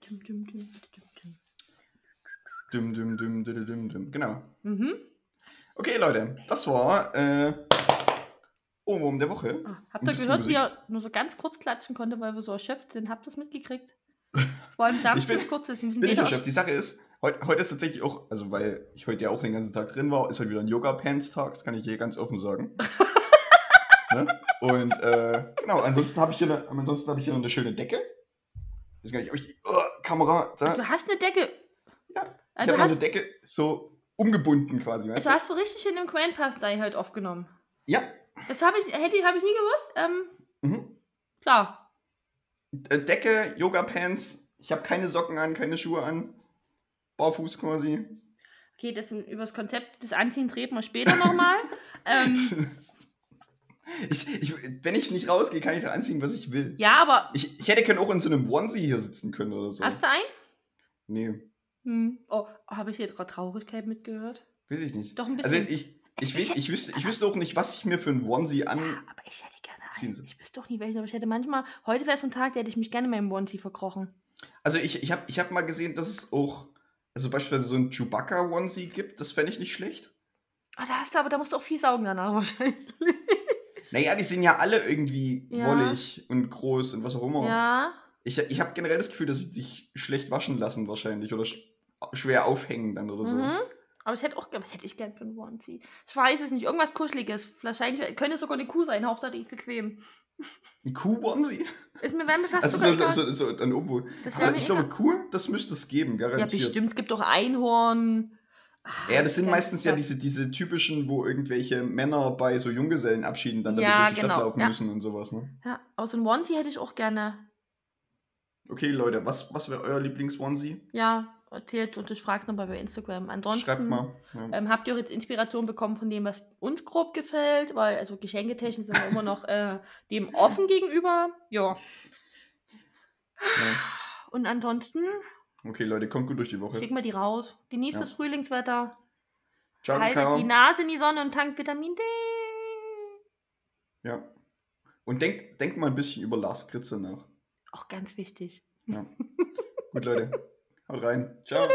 Speaker 2: dum, dum, dum, dum.
Speaker 1: Düm, düm, düm, düm, düm, düm. Genau.
Speaker 2: Mhm.
Speaker 1: Okay, Leute, das war äh, Ohrwurm der Woche.
Speaker 2: Ah,
Speaker 1: Ein
Speaker 2: Habt ihr
Speaker 1: bisschen
Speaker 2: gehört, wie
Speaker 1: Musik.
Speaker 2: er nur so ganz kurz klatschen konnte, weil wir so erschöpft sind? Habt ihr das mitgekriegt? Es war ein sanftes,
Speaker 1: bin-
Speaker 2: kurzes, ein bisschen
Speaker 1: Bin ich
Speaker 2: weniger-
Speaker 1: erschöpft. Die Sache ist, heute, heute ist tatsächlich auch, also weil ich heute ja auch den ganzen Tag drin war, ist heute wieder ein Yoga-Pants-Tag, das kann ich hier ganz offen sagen. ne? Und äh, genau, ansonsten habe ich, hier eine- ansonsten hab ich hier noch eine schöne Decke. Ich weiß gar nicht, ob ich die oh, Kamera da.
Speaker 2: Du hast eine Decke.
Speaker 1: Ja, Ich
Speaker 2: Also
Speaker 1: habe
Speaker 2: du,
Speaker 1: meine
Speaker 2: hast,
Speaker 1: Decke so umgebunden quasi, weißt
Speaker 2: also
Speaker 1: du?
Speaker 2: hast du richtig in dem Grand Pass Day halt aufgenommen.
Speaker 1: Ja.
Speaker 2: Das habe ich, hätte, habe ich nie gewusst. Ähm,
Speaker 1: Mhm.
Speaker 2: klar.
Speaker 1: Äh, Decke, Yoga-Pants, ich habe keine Socken an, keine Schuhe an. Barfuß quasi.
Speaker 2: Okay, das, über das Konzept des Anziehens reden wir später nochmal. ähm,
Speaker 1: Ich, ich, wenn ich nicht rausgehe, kann ich da anziehen, was ich will.
Speaker 2: ja, aber
Speaker 1: Ich, ich hätte können auch in so einem Onesie hier sitzen können oder so.
Speaker 2: hast du einen?
Speaker 1: Nee,
Speaker 2: Hm. Oh, habe ich hier gerade Traurigkeit mitgehört?
Speaker 1: weiß ich nicht.
Speaker 2: Doch ein
Speaker 1: Also
Speaker 2: bisschen.
Speaker 1: ich, ich,
Speaker 2: Ich- Ah.
Speaker 1: wü- ich, wüsste, ich wüsste auch nicht, was ich mir für ein Onesie an...
Speaker 2: aber ich hätte gerne
Speaker 1: Ziehen
Speaker 2: einen.
Speaker 1: Sie.
Speaker 2: Ich wüsste doch nie welchen, aber ich hätte manchmal, heute wäre so ein Tag, da hätte ich mich gerne mal im Onesie verkrochen.
Speaker 1: Also ich, ich habe ich hab mal gesehen, dass es auch... Also beispielsweise so ein Chewbacca-Onesie gibt. Das fände ich nicht schlecht.
Speaker 2: Oh, da hast du aber, da musst du auch viel saugen danach wahrscheinlich.
Speaker 1: Naja, die sind ja alle irgendwie
Speaker 2: Ja.
Speaker 1: wollig und groß und was auch immer.
Speaker 2: Ja.
Speaker 1: Ich, ich habe generell das Gefühl, dass sie dich schlecht waschen lassen wahrscheinlich. Oder sch schwer aufhängen dann oder so.
Speaker 2: Mhm. Aber ich hätte auch ge- was hätte ich gern für einen Onesie. Ich weiß es nicht, irgendwas kuscheliges. Wahrscheinlich könnte es sogar eine Kuh sein, Hauptsache die ist bequem.
Speaker 1: Ein Kuh-Onesie?
Speaker 2: Ist mir, wäre mir fast
Speaker 1: Also
Speaker 2: sogar
Speaker 1: so,
Speaker 2: egal.
Speaker 1: so, so ein Obwohl.
Speaker 2: das wäre
Speaker 1: Aber
Speaker 2: mir
Speaker 1: ich
Speaker 2: egal.
Speaker 1: glaube, Kuh, das müsste es geben,
Speaker 2: Ja,
Speaker 1: garantiert.
Speaker 2: bestimmt, es gibt doch Einhorn. Ah,
Speaker 1: Ja, das sind
Speaker 2: ganz
Speaker 1: meistens ja
Speaker 2: toll.
Speaker 1: diese, diese typischen, wo irgendwelche Männer bei so Junggesellenabschieden dann
Speaker 2: Ja,
Speaker 1: damit durch die Stadt
Speaker 2: genau,
Speaker 1: laufen
Speaker 2: ja.
Speaker 1: müssen und sowas. Ne?
Speaker 2: Ja, aber so ein Onesie hätte ich auch gerne.
Speaker 1: Okay, Leute, was, was wäre euer Lieblings-Onesie?
Speaker 2: Ja, erzählt und ich frage es nochmal bei Instagram. Ansonsten
Speaker 1: Schreibt mal. Ja.
Speaker 2: Ähm, habt ihr auch jetzt Inspiration bekommen von dem, was uns grob gefällt? Weil, also geschenketechnisch sind wir immer noch äh, dem offen gegenüber. Ja.
Speaker 1: Ja.
Speaker 2: Und ansonsten
Speaker 1: Okay, Leute, kommt gut durch die Woche.
Speaker 2: Schick mal die raus. Genießt
Speaker 1: Ja.
Speaker 2: das Frühlingswetter.
Speaker 1: Ciao,
Speaker 2: Haltet die
Speaker 1: Kakao.
Speaker 2: Nase in die Sonne und tankt Vitamin D.
Speaker 1: Ja. Und denkt denk mal ein bisschen über Lars Kritze nach.
Speaker 2: Auch ganz wichtig.
Speaker 1: Ja. Gut, Leute. Haut rein. Ciao.